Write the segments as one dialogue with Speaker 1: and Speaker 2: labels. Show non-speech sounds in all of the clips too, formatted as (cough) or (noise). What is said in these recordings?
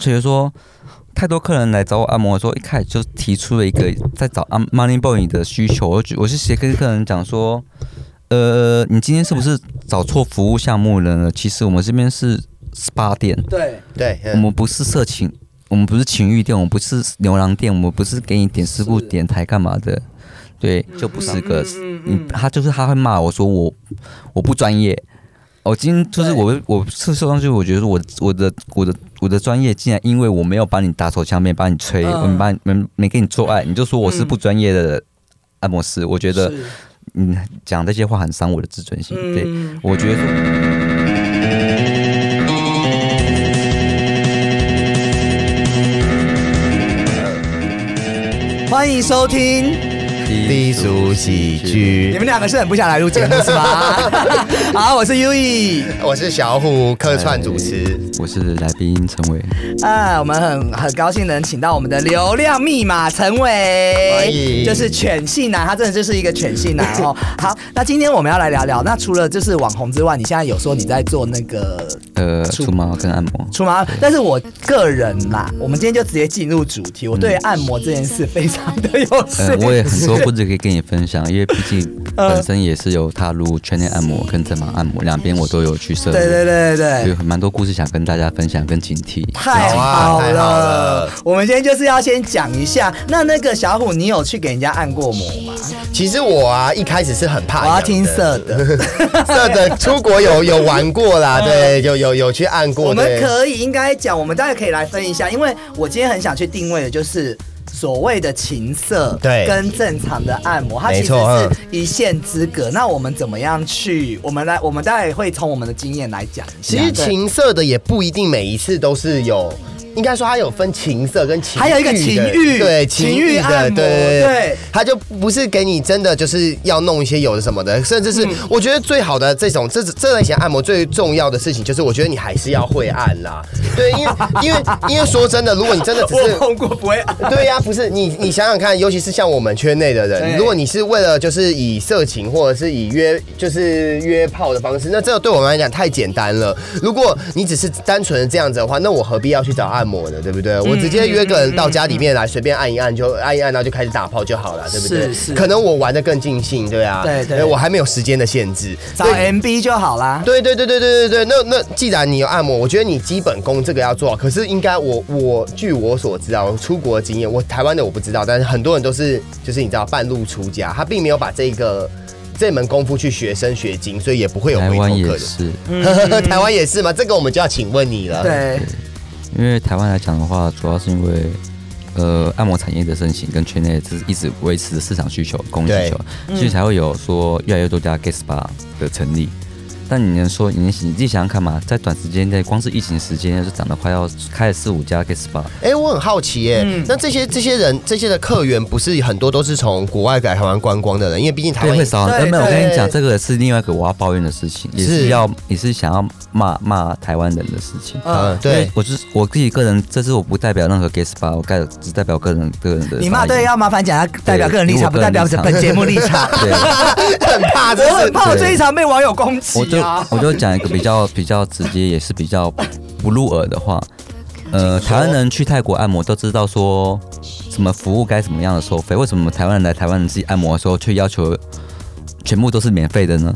Speaker 1: 所以说，太多客人来找我按摩的时候，一开始就提出了一个在找按 Money Boy 的需求，我就我是直接跟客人讲说，呃，你今天是不是找错服务项目了呢？其实我们这边是 SPA 店，
Speaker 2: 对，
Speaker 3: 对，
Speaker 2: 嗯
Speaker 3: 呃
Speaker 1: 我们不是色情，我们不是情欲店，我们不是牛郎店，我们不是给你点师傅
Speaker 2: 是
Speaker 1: 点台干嘛的，对，就不是个
Speaker 2: 嗯
Speaker 1: 嗯，他就是他会骂我说我我不专业。我今天就是我我是受伤，就是我觉得我我的我的我的专业，竟然因为我没有帮你打手枪，没帮你吹，
Speaker 2: 嗯
Speaker 1: 我没帮你没没跟你做爱，你就说我是不专业的按摩师，我觉得
Speaker 2: 是
Speaker 1: 你讲这些话很伤我的自尊心。对，
Speaker 2: 嗯，
Speaker 1: 我觉得说
Speaker 2: 欢迎收听。 (laughs)
Speaker 3: 低俗喜，剧
Speaker 2: 你们两个是很不想来录节目是吧？好，我是 U E
Speaker 3: 我是小虎客串主持。
Speaker 2: 哎
Speaker 1: 我是来宾陈伟，
Speaker 2: 啊，我们很很高兴能请到我们的流量密码陈
Speaker 3: 欢
Speaker 2: 伟，
Speaker 3: 迎
Speaker 2: 就是犬系男，他真的就是一个犬系男哦。好，那今天我们要来聊聊，那除了就是网红之外，你现在有说你在做那个
Speaker 1: 呃，
Speaker 2: 出
Speaker 1: 除毛跟按摩，
Speaker 2: 除毛，但是我个人啦，我们今天就直接进入主题，我对于按摩这件事非常的有兴
Speaker 1: 呃，
Speaker 2: 趣。
Speaker 1: 我也很多故事可以跟你分享，因为毕
Speaker 3: (laughs)
Speaker 1: 竟
Speaker 3: 呃
Speaker 1: 本身也是有踏入圈内按摩跟正常按摩两边我都有去涉
Speaker 2: 对
Speaker 1: 猎。
Speaker 2: 对对对对
Speaker 1: 有蛮多故事想跟大家分享跟警惕。
Speaker 2: 太好
Speaker 3: 好啊太
Speaker 2: 了！
Speaker 3: 好了
Speaker 2: 我们今天就是要先讲一下，那那个小虎，你有去给人家按过摩吗？
Speaker 3: 其实我啊，一开始是很怕
Speaker 2: 我
Speaker 3: 痒的，
Speaker 2: 要听色的，
Speaker 3: 色的。出国有有玩过啦，对，有有有去按过。
Speaker 2: 嗯我们
Speaker 3: 对
Speaker 2: 可以应该讲，我们大概可以来分一下，因为我今天很想去定位的就是。所谓的情色，
Speaker 3: 对
Speaker 2: 跟正常的按摩，它其
Speaker 3: 没
Speaker 2: 实
Speaker 3: 错
Speaker 2: 是
Speaker 3: 嗯
Speaker 2: 一线之隔。那我们怎么样去？我们来，我们大概会从我们的经验来讲一下。
Speaker 3: 其实
Speaker 2: 对
Speaker 3: 情色的也不一定每一次都是有，应该说它有分情色跟情欲的，
Speaker 2: 还有一个情欲
Speaker 3: 对
Speaker 2: 情欲
Speaker 3: 情欲的，
Speaker 2: 按摩
Speaker 3: 对对
Speaker 2: 对
Speaker 3: 它就不是给你真的就是要弄一些有的什么的，甚至是、
Speaker 2: 嗯
Speaker 3: 我觉得最好的这种这这类型按摩最重要的事情就是，我觉得你还是要会按啦，对，因为因为因为说真的，如果你真的
Speaker 2: (laughs)
Speaker 3: 只
Speaker 2: 我
Speaker 3: 是
Speaker 2: 有碰过不会按，
Speaker 3: (laughs) 对呀、不是你，你想想看，尤其是像我们圈内的
Speaker 2: 对
Speaker 3: 人，如果你是为了就是以色情或者是以约就是约炮的方式，那这个对我们来讲太简单了。如果你只是单纯的这样子的话，那我何必要去找按摩呢？对不对？我直接约
Speaker 2: 嗯
Speaker 3: 个人到家里面来，随便按一按就按一按，然后就开始打炮就好了，对不对？
Speaker 2: 是是
Speaker 3: 可能我玩的更尽兴，对啊，
Speaker 2: 对对
Speaker 3: 我还没有时间的限制，
Speaker 2: 找
Speaker 3: 对
Speaker 2: MB 就好啦。
Speaker 3: 对对对对对对对，那那既然你有按摩，我觉得你基本功这个要做好。可是应该我我据我所知啊，我出国的经验，我台湾的我不知道，但是很多人都是就是你知道半路出家，他并没有把这个这门功夫去学生学精，所以也不会有
Speaker 1: 台
Speaker 3: 回
Speaker 1: 湾
Speaker 3: 头
Speaker 1: 也
Speaker 3: 客
Speaker 1: 是，
Speaker 3: 的。 (laughs) 台湾也是吗？这个我们就要请问你了。
Speaker 2: 对，
Speaker 1: 因为台湾来讲的话，主要是因为呃按摩产业的盛行跟圈内就是一直维持着市场需求、供应需求，嗯
Speaker 2: 嗯
Speaker 1: 所以才会有说越来越多家 gay spa 的成立。但你能说你能你自己想想看嘛，在短时间内，光是疫情时间就涨了快要开了四五家 gay spa，
Speaker 3: 哎、我很好奇耶、
Speaker 2: 嗯
Speaker 3: 那这些这些人这些的客源不是很多都是从国外来台湾观光的人，因为毕竟台
Speaker 1: 对，
Speaker 3: 湾
Speaker 1: 会少。
Speaker 2: 对
Speaker 1: 呃没有，我
Speaker 3: 对
Speaker 1: 跟你讲，这个是另外一个我要抱怨的事情，也是
Speaker 3: 是
Speaker 1: 要也是想要骂骂台湾人的事情。
Speaker 3: 嗯，
Speaker 2: 嗯，
Speaker 1: 因
Speaker 3: 对
Speaker 1: 为，我是我自己个人，这次我不代表任何 gay spa，我代只代表个人个人的。
Speaker 2: 你骂对，要麻烦讲一下代表个人立
Speaker 1: 以我
Speaker 2: 场，不
Speaker 1: 个人
Speaker 2: 代表
Speaker 1: 立场 (laughs)
Speaker 2: 本节目立场。
Speaker 1: 对，
Speaker 3: (laughs) 很怕这
Speaker 2: 我很
Speaker 3: 是
Speaker 2: 怕我这一场被网友攻
Speaker 1: 我
Speaker 2: 击
Speaker 1: 就
Speaker 2: 啊！
Speaker 1: 我就讲一个比较 (laughs) 比较直接，也是比较不入耳的话。呃，台湾人去泰国按摩都知道说什么服务该怎么样的收费，为什么台湾人来台湾自己按摩的时候却要求全部都是免费的呢？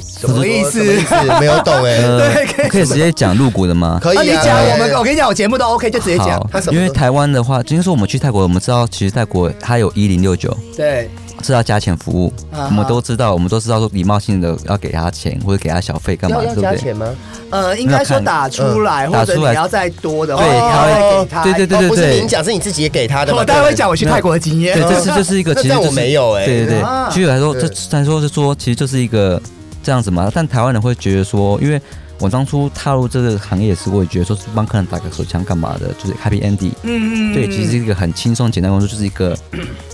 Speaker 3: 什么
Speaker 2: 意思
Speaker 3: 什么意思？没有
Speaker 1: (laughs)
Speaker 3: 懂哎、
Speaker 1: 呃
Speaker 2: 对可以，
Speaker 1: 可以直接讲入股的吗？
Speaker 3: 可以、
Speaker 2: 啊，
Speaker 3: 啊，
Speaker 2: 你讲
Speaker 3: 对
Speaker 2: 我们，我跟你讲，我节目都 OK，就直接讲
Speaker 1: 好
Speaker 3: 他，什么
Speaker 1: 因为
Speaker 3: 都
Speaker 1: 台湾的话，今天说我们去泰国，我们知道其实泰国它有一零六九，
Speaker 2: 对，
Speaker 1: 是要加钱服务，
Speaker 2: 啊哈
Speaker 1: 我们都知道，我们都知道说礼貌性的要给他钱或者给他小费干嘛，
Speaker 3: 要
Speaker 1: 对
Speaker 3: 要
Speaker 1: 不
Speaker 3: 加
Speaker 1: 对？
Speaker 3: 钱吗？
Speaker 2: 呃，应该说打出来，
Speaker 1: 嗯
Speaker 2: 或者
Speaker 1: 打出
Speaker 2: 你
Speaker 1: 来
Speaker 2: 要再多的话，
Speaker 1: 对
Speaker 2: 他
Speaker 1: 他
Speaker 2: 会
Speaker 1: 会
Speaker 2: 给他。
Speaker 1: 对对对哦
Speaker 3: 哦不是您讲，是你自己也给他的吗？
Speaker 2: 我待会讲我去泰国的经验哦
Speaker 1: 对，。这是这是一个，
Speaker 3: 哦那
Speaker 1: 其实
Speaker 3: 这样
Speaker 1: 就是
Speaker 3: 我没有欸
Speaker 1: 对对
Speaker 2: 啊
Speaker 1: 对，具体来说，
Speaker 3: 对
Speaker 1: 这虽说是说，其实就是一个这样子嘛。但台湾人会觉得说，因为我当初踏入这个行业也是，我也觉得说是帮客人打个手枪干嘛的，就是 happy ending。
Speaker 2: 嗯
Speaker 1: 对，其实是一个很轻松简单的工作，就是一
Speaker 3: (clears throat)
Speaker 1: 个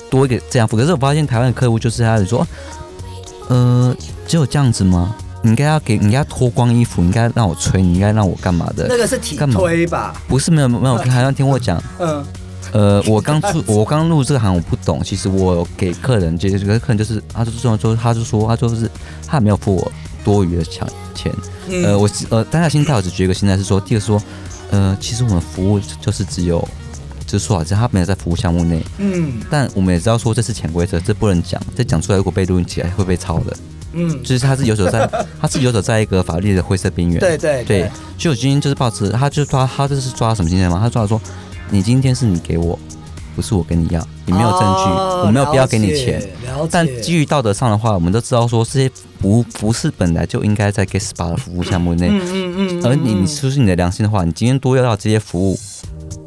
Speaker 1: 多一个这样服务。可是我发现台湾的客户就是他说，呃，只有这样子吗？你应该要给，你应该要脱光衣服，你应该让我吹，你应该让我干嘛
Speaker 2: 那
Speaker 1: 的？
Speaker 2: 个是体推吧？
Speaker 1: 不是没有没有，好像听我讲，
Speaker 2: 嗯，
Speaker 1: 呃，我刚出我刚入这个行，我不懂。其实我有给客人接，可是客人就是他就是这样说，他就说他就是他没有付我多余的钱钱。呃，我是呃当下心态我只觉得一个心态是说，第二个是说呃，其实我们服务就是只有，就是说好像他没有在服务项目内，
Speaker 2: 嗯
Speaker 1: 但我们也知道说这是潜规则，这不能讲，这讲出来如果被录音起来会被抄的。
Speaker 2: 嗯，
Speaker 1: 就是他是游走在，他是游走在一个法律的灰色边缘。
Speaker 2: 对对哎对
Speaker 1: 对，就我今天就是抱持，他就抓他这是抓什么心态吗？他抓说，你今天是你给我，不是我跟你要，你没有证据，
Speaker 2: 哦
Speaker 1: 我没有必要给你
Speaker 2: 了
Speaker 1: 钱
Speaker 2: 解。了解嗯
Speaker 1: 但基于道德上的话，我们都知道说这些不不是本来就应该在 Get Spa 的服务项目内，
Speaker 2: 嗯嗯
Speaker 1: 而你你出自你的良心的话，你今天多要到这些服务，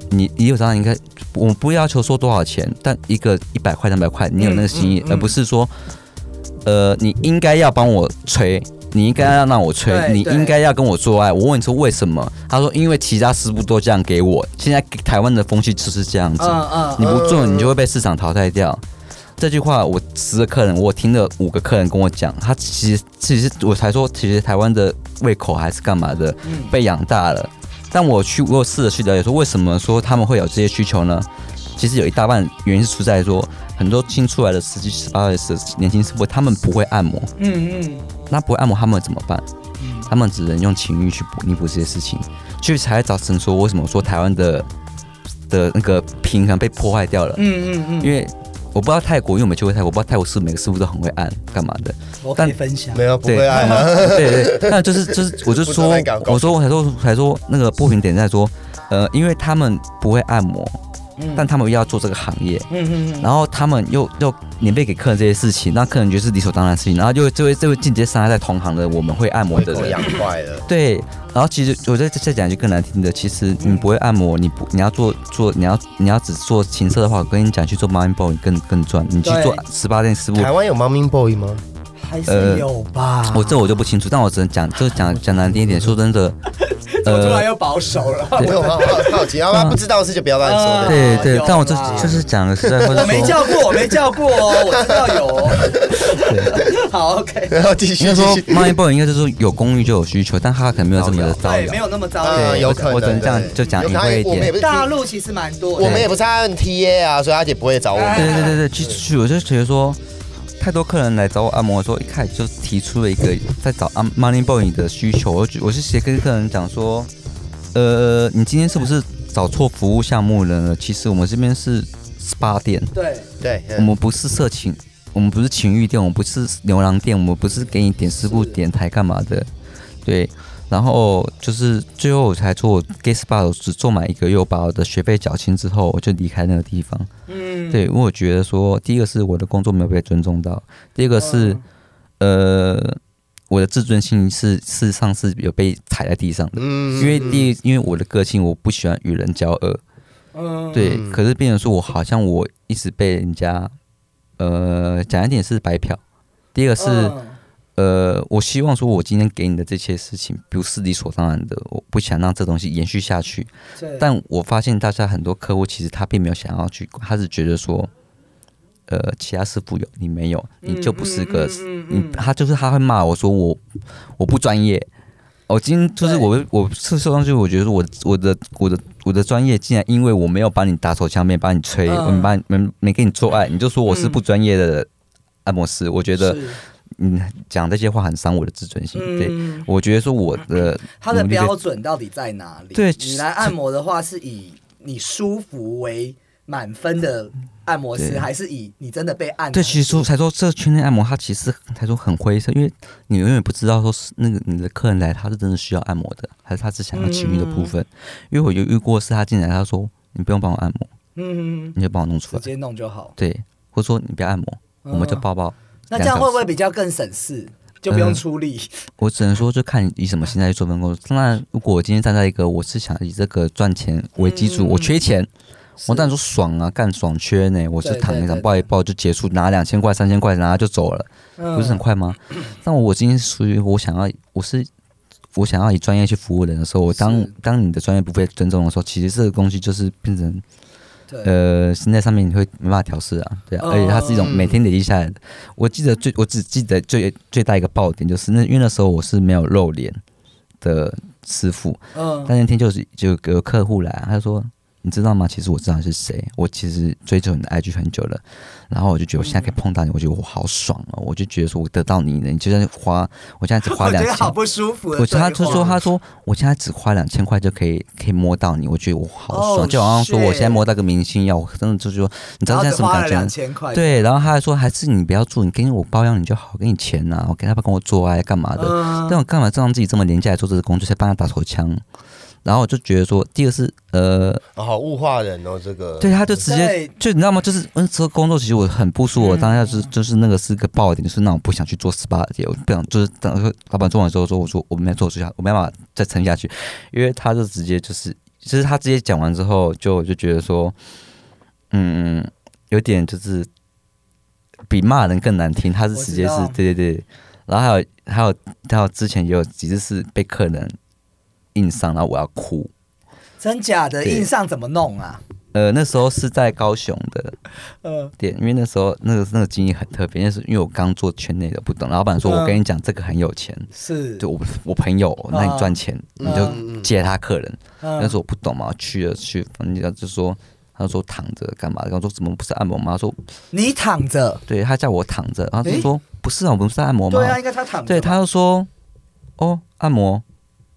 Speaker 1: 你你有当然应该，我们不要求说多少钱，但一个一百块两百块，你有那个心意，
Speaker 2: 嗯嗯嗯
Speaker 1: 而不是说，呃，你应该要帮我吹。你应该要让我吹，
Speaker 2: 对
Speaker 1: 你
Speaker 2: 对
Speaker 1: 应该要跟我做爱。我问你说为什么？他说因为其他师傅都这样给我。现在台湾的风气就是这样子，
Speaker 2: 嗯嗯
Speaker 1: 你不做你就会被市场淘汰掉。这句话我十个客人，我听了五个客人跟我讲，他其实其实我才说，其实台湾的胃口还是干嘛的，
Speaker 2: 嗯
Speaker 1: 被养大了。但我去，我有试着去了解说，为什么说他们会有这些需求呢？其实有一大半原因是出在说，很多新出来的十七、十八、二十的年轻师傅，他们不会按摩，
Speaker 2: 嗯嗯
Speaker 1: 那不会按摩他们怎么办？他们只能用情欲去补弥补这些事情，所以才造成说为什么说台湾的的那个平衡被破坏掉了。
Speaker 2: 嗯嗯嗯，
Speaker 1: 因为我不知道泰国，因为我没去过泰国，我不知道泰国是每个师傅都很会按干嘛的。
Speaker 2: 我可
Speaker 1: 但
Speaker 2: 以分享
Speaker 3: 没。有不会
Speaker 1: 对
Speaker 3: 爱啊，
Speaker 1: (laughs) 对对，那就是就是，我就说
Speaker 3: 不知道在搞，
Speaker 1: 我说我才说才说那个不平点在说，呃，因为他们不会按摩，但他们又要做这个行业，
Speaker 2: 嗯嗯
Speaker 1: 然后他们又又免费给客人这些事情，让客人觉得是理所当然的事情，然后就会就会就会间接伤害在同行的我们会按摩
Speaker 3: 胃
Speaker 1: 的
Speaker 3: 口
Speaker 1: 人
Speaker 3: 养。坏了。
Speaker 1: 对，然后其实我再再讲一句更难听的，其实你不会按摩，你不你要做做你要你要只做情色的话，我跟你讲去做 mind boy 更更赚，你去做
Speaker 2: 对
Speaker 1: 十八店师傅
Speaker 3: 台湾有 Mommy Boy 吗？
Speaker 2: 嗯，还是有吧。
Speaker 1: 呃我这我就不清楚，但我只能讲，就讲讲难听一点，说真
Speaker 2: (laughs)
Speaker 1: 的，
Speaker 2: 我突然
Speaker 1: 呃，
Speaker 2: 又保守了。
Speaker 3: 我有好好好奇，要不
Speaker 1: 嗯
Speaker 3: 然不知道的事就不要乱
Speaker 2: 嗯
Speaker 3: 说。对
Speaker 1: 对对
Speaker 2: 有，
Speaker 1: 但我就
Speaker 2: 啦
Speaker 1: 就是讲的实在话，
Speaker 2: (laughs) 我没
Speaker 1: 是说，
Speaker 2: 叫过，我没叫过哦，我知道有哦。好，OK，
Speaker 3: (laughs) 然后继续
Speaker 1: 应该
Speaker 3: 继
Speaker 1: 说
Speaker 3: 续。
Speaker 1: money boy 应该就是说有公寓就有需求，但他可能没有这么的招
Speaker 2: 哎对，没
Speaker 1: 摇。
Speaker 2: 有那么糟
Speaker 3: 啊
Speaker 2: 糕。
Speaker 1: 对
Speaker 3: 有可能
Speaker 1: 我只能这样
Speaker 3: 对
Speaker 1: 就讲
Speaker 3: 有可能
Speaker 1: 隐晦一点
Speaker 3: 我们也不是
Speaker 2: 大陆其实蛮多的，
Speaker 3: 我们也不是按 TA 啊，所以他也不会找我
Speaker 1: 对
Speaker 3: 们。
Speaker 1: 对对对，去去，我就觉得说，太多客人来找我按摩的时候，一开始就提出了一个在找按 money boy 的需求，我就我是直接跟客人讲说，呃，你今天是不是找错服务项目了呢？其实我们这边是 SPA 店。
Speaker 2: 对，
Speaker 3: 对，
Speaker 1: 我
Speaker 3: 嗯
Speaker 1: 们不是色情，我们不是情欲店，我们不是牛郎店，我们不是给你点师傅点台干嘛的，对。然后就是最后我才做 gay spa，我只做满一个月，我把我的学费缴清之后，我就离开那个地方。
Speaker 2: 嗯，
Speaker 1: 对，因为我觉得说，第一个是我的工作没有被尊重到，第二个是、
Speaker 3: 嗯
Speaker 1: 呃我的自尊心是事实上是有被踩在地上的，
Speaker 3: 嗯
Speaker 1: 因为第一，因为我的个性我不喜欢与人交恶，
Speaker 2: 嗯，
Speaker 1: 对，
Speaker 3: 嗯
Speaker 1: 可是变成说我好像我一直被人家，呃，讲一点是白嫖。第一个是、
Speaker 2: 嗯
Speaker 1: 呃，我希望说我今天给你的这些事情不是理所当然的，我不想让这东西延续下去。
Speaker 2: 对
Speaker 1: 但我发现大家很多客户其实他并没有想要去，他是觉得说，呃，其他师傅有你没有，你就不是个，
Speaker 2: 嗯嗯嗯嗯
Speaker 1: 你他就是他会骂我说我我不专业。我、今天就是我我是说上去，我觉得我我的我的我的专业竟然因为我没有帮你打手枪，没有帮你吹，
Speaker 2: 嗯
Speaker 1: 我没帮你没没给你做爱，你就说我是不专业的按摩师，我觉得
Speaker 2: 是
Speaker 1: 你讲这些话很伤我的自尊心。对，
Speaker 2: 嗯，
Speaker 1: 我觉得说我的
Speaker 2: 它的
Speaker 1: 努力被
Speaker 2: 标准到底在哪里？
Speaker 1: 对
Speaker 2: 你来按摩的话，是以你舒服为满分的按摩师，
Speaker 1: 对
Speaker 2: 还是以你真的被按？
Speaker 1: 对，其实说才说这圈内按摩，它其实才说很灰色，因为你永远不知道说是那个你的客人来，他是真的需要按摩的，还是他只想要情欲的
Speaker 2: 嗯
Speaker 1: 部分。因为我有遇过是他进来，他说你不用帮我按摩，
Speaker 2: 嗯，
Speaker 1: 你就帮我弄出
Speaker 2: 直
Speaker 1: 来，
Speaker 2: 接弄就好。
Speaker 1: 对，或者说你不要按摩，我们就抱抱。
Speaker 2: 那这样会不会
Speaker 1: 两小时？
Speaker 2: 比较更省事？就不
Speaker 1: 嗯
Speaker 2: 用出力。
Speaker 1: 我只能说，就看你以什么心态去做分工。当然，如果我今天站在一个我是想以这个赚钱为基础，我缺钱，我当然说爽啊，干爽缺呢，我就
Speaker 2: 嗯对
Speaker 1: 躺
Speaker 2: 对
Speaker 1: 一
Speaker 2: 对
Speaker 1: 躺抱一抱就结束，拿两千块、三千块，然后就走了。
Speaker 2: 嗯
Speaker 1: 不是很呃快吗？但我今天属于我想要，我是我想要以专业去服务人的时候，我当
Speaker 2: 是
Speaker 1: 当你的专业不被尊重的时候，其实这个东西就是变成
Speaker 2: 对，
Speaker 1: 呃，心态上面你会没办法调试啊，对啊，
Speaker 2: 嗯
Speaker 1: 而且它是一种每天累积下来的。啊我记得最我只记得最最大一个爆点就是那因为那时候我是没有露脸的师傅，
Speaker 2: 嗯
Speaker 1: 但那天就是就有客户来啊、他就说你知道吗？其实我知道你是谁，我其实追求你的 IG 很久了，然后我就觉得我现在可
Speaker 2: 嗯
Speaker 1: 以碰到你，我觉得我好爽哦，我就觉得说我得到你了，你就在花，我现在只花
Speaker 2: (laughs) 我
Speaker 1: 两
Speaker 2: 觉得
Speaker 1: 千
Speaker 2: 好，不舒服的
Speaker 1: 我
Speaker 2: 对
Speaker 1: 说他
Speaker 2: 话。
Speaker 1: 就说他说我现在只花两千块就可以可以摸到你，我觉得我好爽
Speaker 2: Oh,
Speaker 1: 就好像说我
Speaker 2: shit
Speaker 1: 现在摸到个明星一样，我真的就是说你知道
Speaker 2: 然后
Speaker 1: 现
Speaker 2: 只
Speaker 1: 在什么
Speaker 2: 花了
Speaker 1: 感觉
Speaker 2: 两
Speaker 1: 吗？
Speaker 2: 千块，
Speaker 1: 对，然后他还说，还是你不要住，你给我包养你就好，给你钱呐、我给他不跟我做爱干嘛的？
Speaker 2: 嗯
Speaker 1: 但我干嘛让自己这么廉价来做这个工作，才帮他打手枪？然后我就觉得说，第二是呃，
Speaker 3: 哦好物化人哦，这个
Speaker 1: 对，他就直接
Speaker 2: 对
Speaker 1: 就你知道吗？就是嗯，这个工作其实我很不舒服，我当下
Speaker 2: 嗯
Speaker 1: 就是就是那个是个爆点，就是那种不想去做 SPA 的，我不想就是当老板做完之后说，我说我没做下，我没办法再撑下去，因为他就直接就是，其实他直接讲完之后，就我就觉得说，嗯，有点就是比骂人更难听，他是直接
Speaker 2: 我
Speaker 1: 是
Speaker 2: 知道
Speaker 1: 对对对，然后还有还有还有之前也有几次是被客人硬上，然后我要哭。
Speaker 2: 真假的
Speaker 1: 对
Speaker 2: 印上怎么弄啊？
Speaker 1: 呃，那时候是在高雄的，
Speaker 2: 嗯，
Speaker 1: 店，因为那时候那个那个经历很特别，那是因为我刚做圈内的，不懂。老板说：“
Speaker 2: 嗯
Speaker 1: 我跟你讲，这个很有钱，
Speaker 2: 是，
Speaker 1: 就我我朋友，那你赚钱你
Speaker 2: 嗯
Speaker 1: 就借他客人。”
Speaker 2: 嗯
Speaker 1: 但是我不懂嘛，去了去，人家就说。他说躺着干嘛？然后说怎么不是按摩吗？他说
Speaker 2: 你躺着，
Speaker 1: 对，他叫我躺着，然后
Speaker 2: 诶
Speaker 1: 就说不是啊，我们不是按摩吗？
Speaker 2: 对啊，应该他躺着吧，
Speaker 1: 对，他就说哦，按摩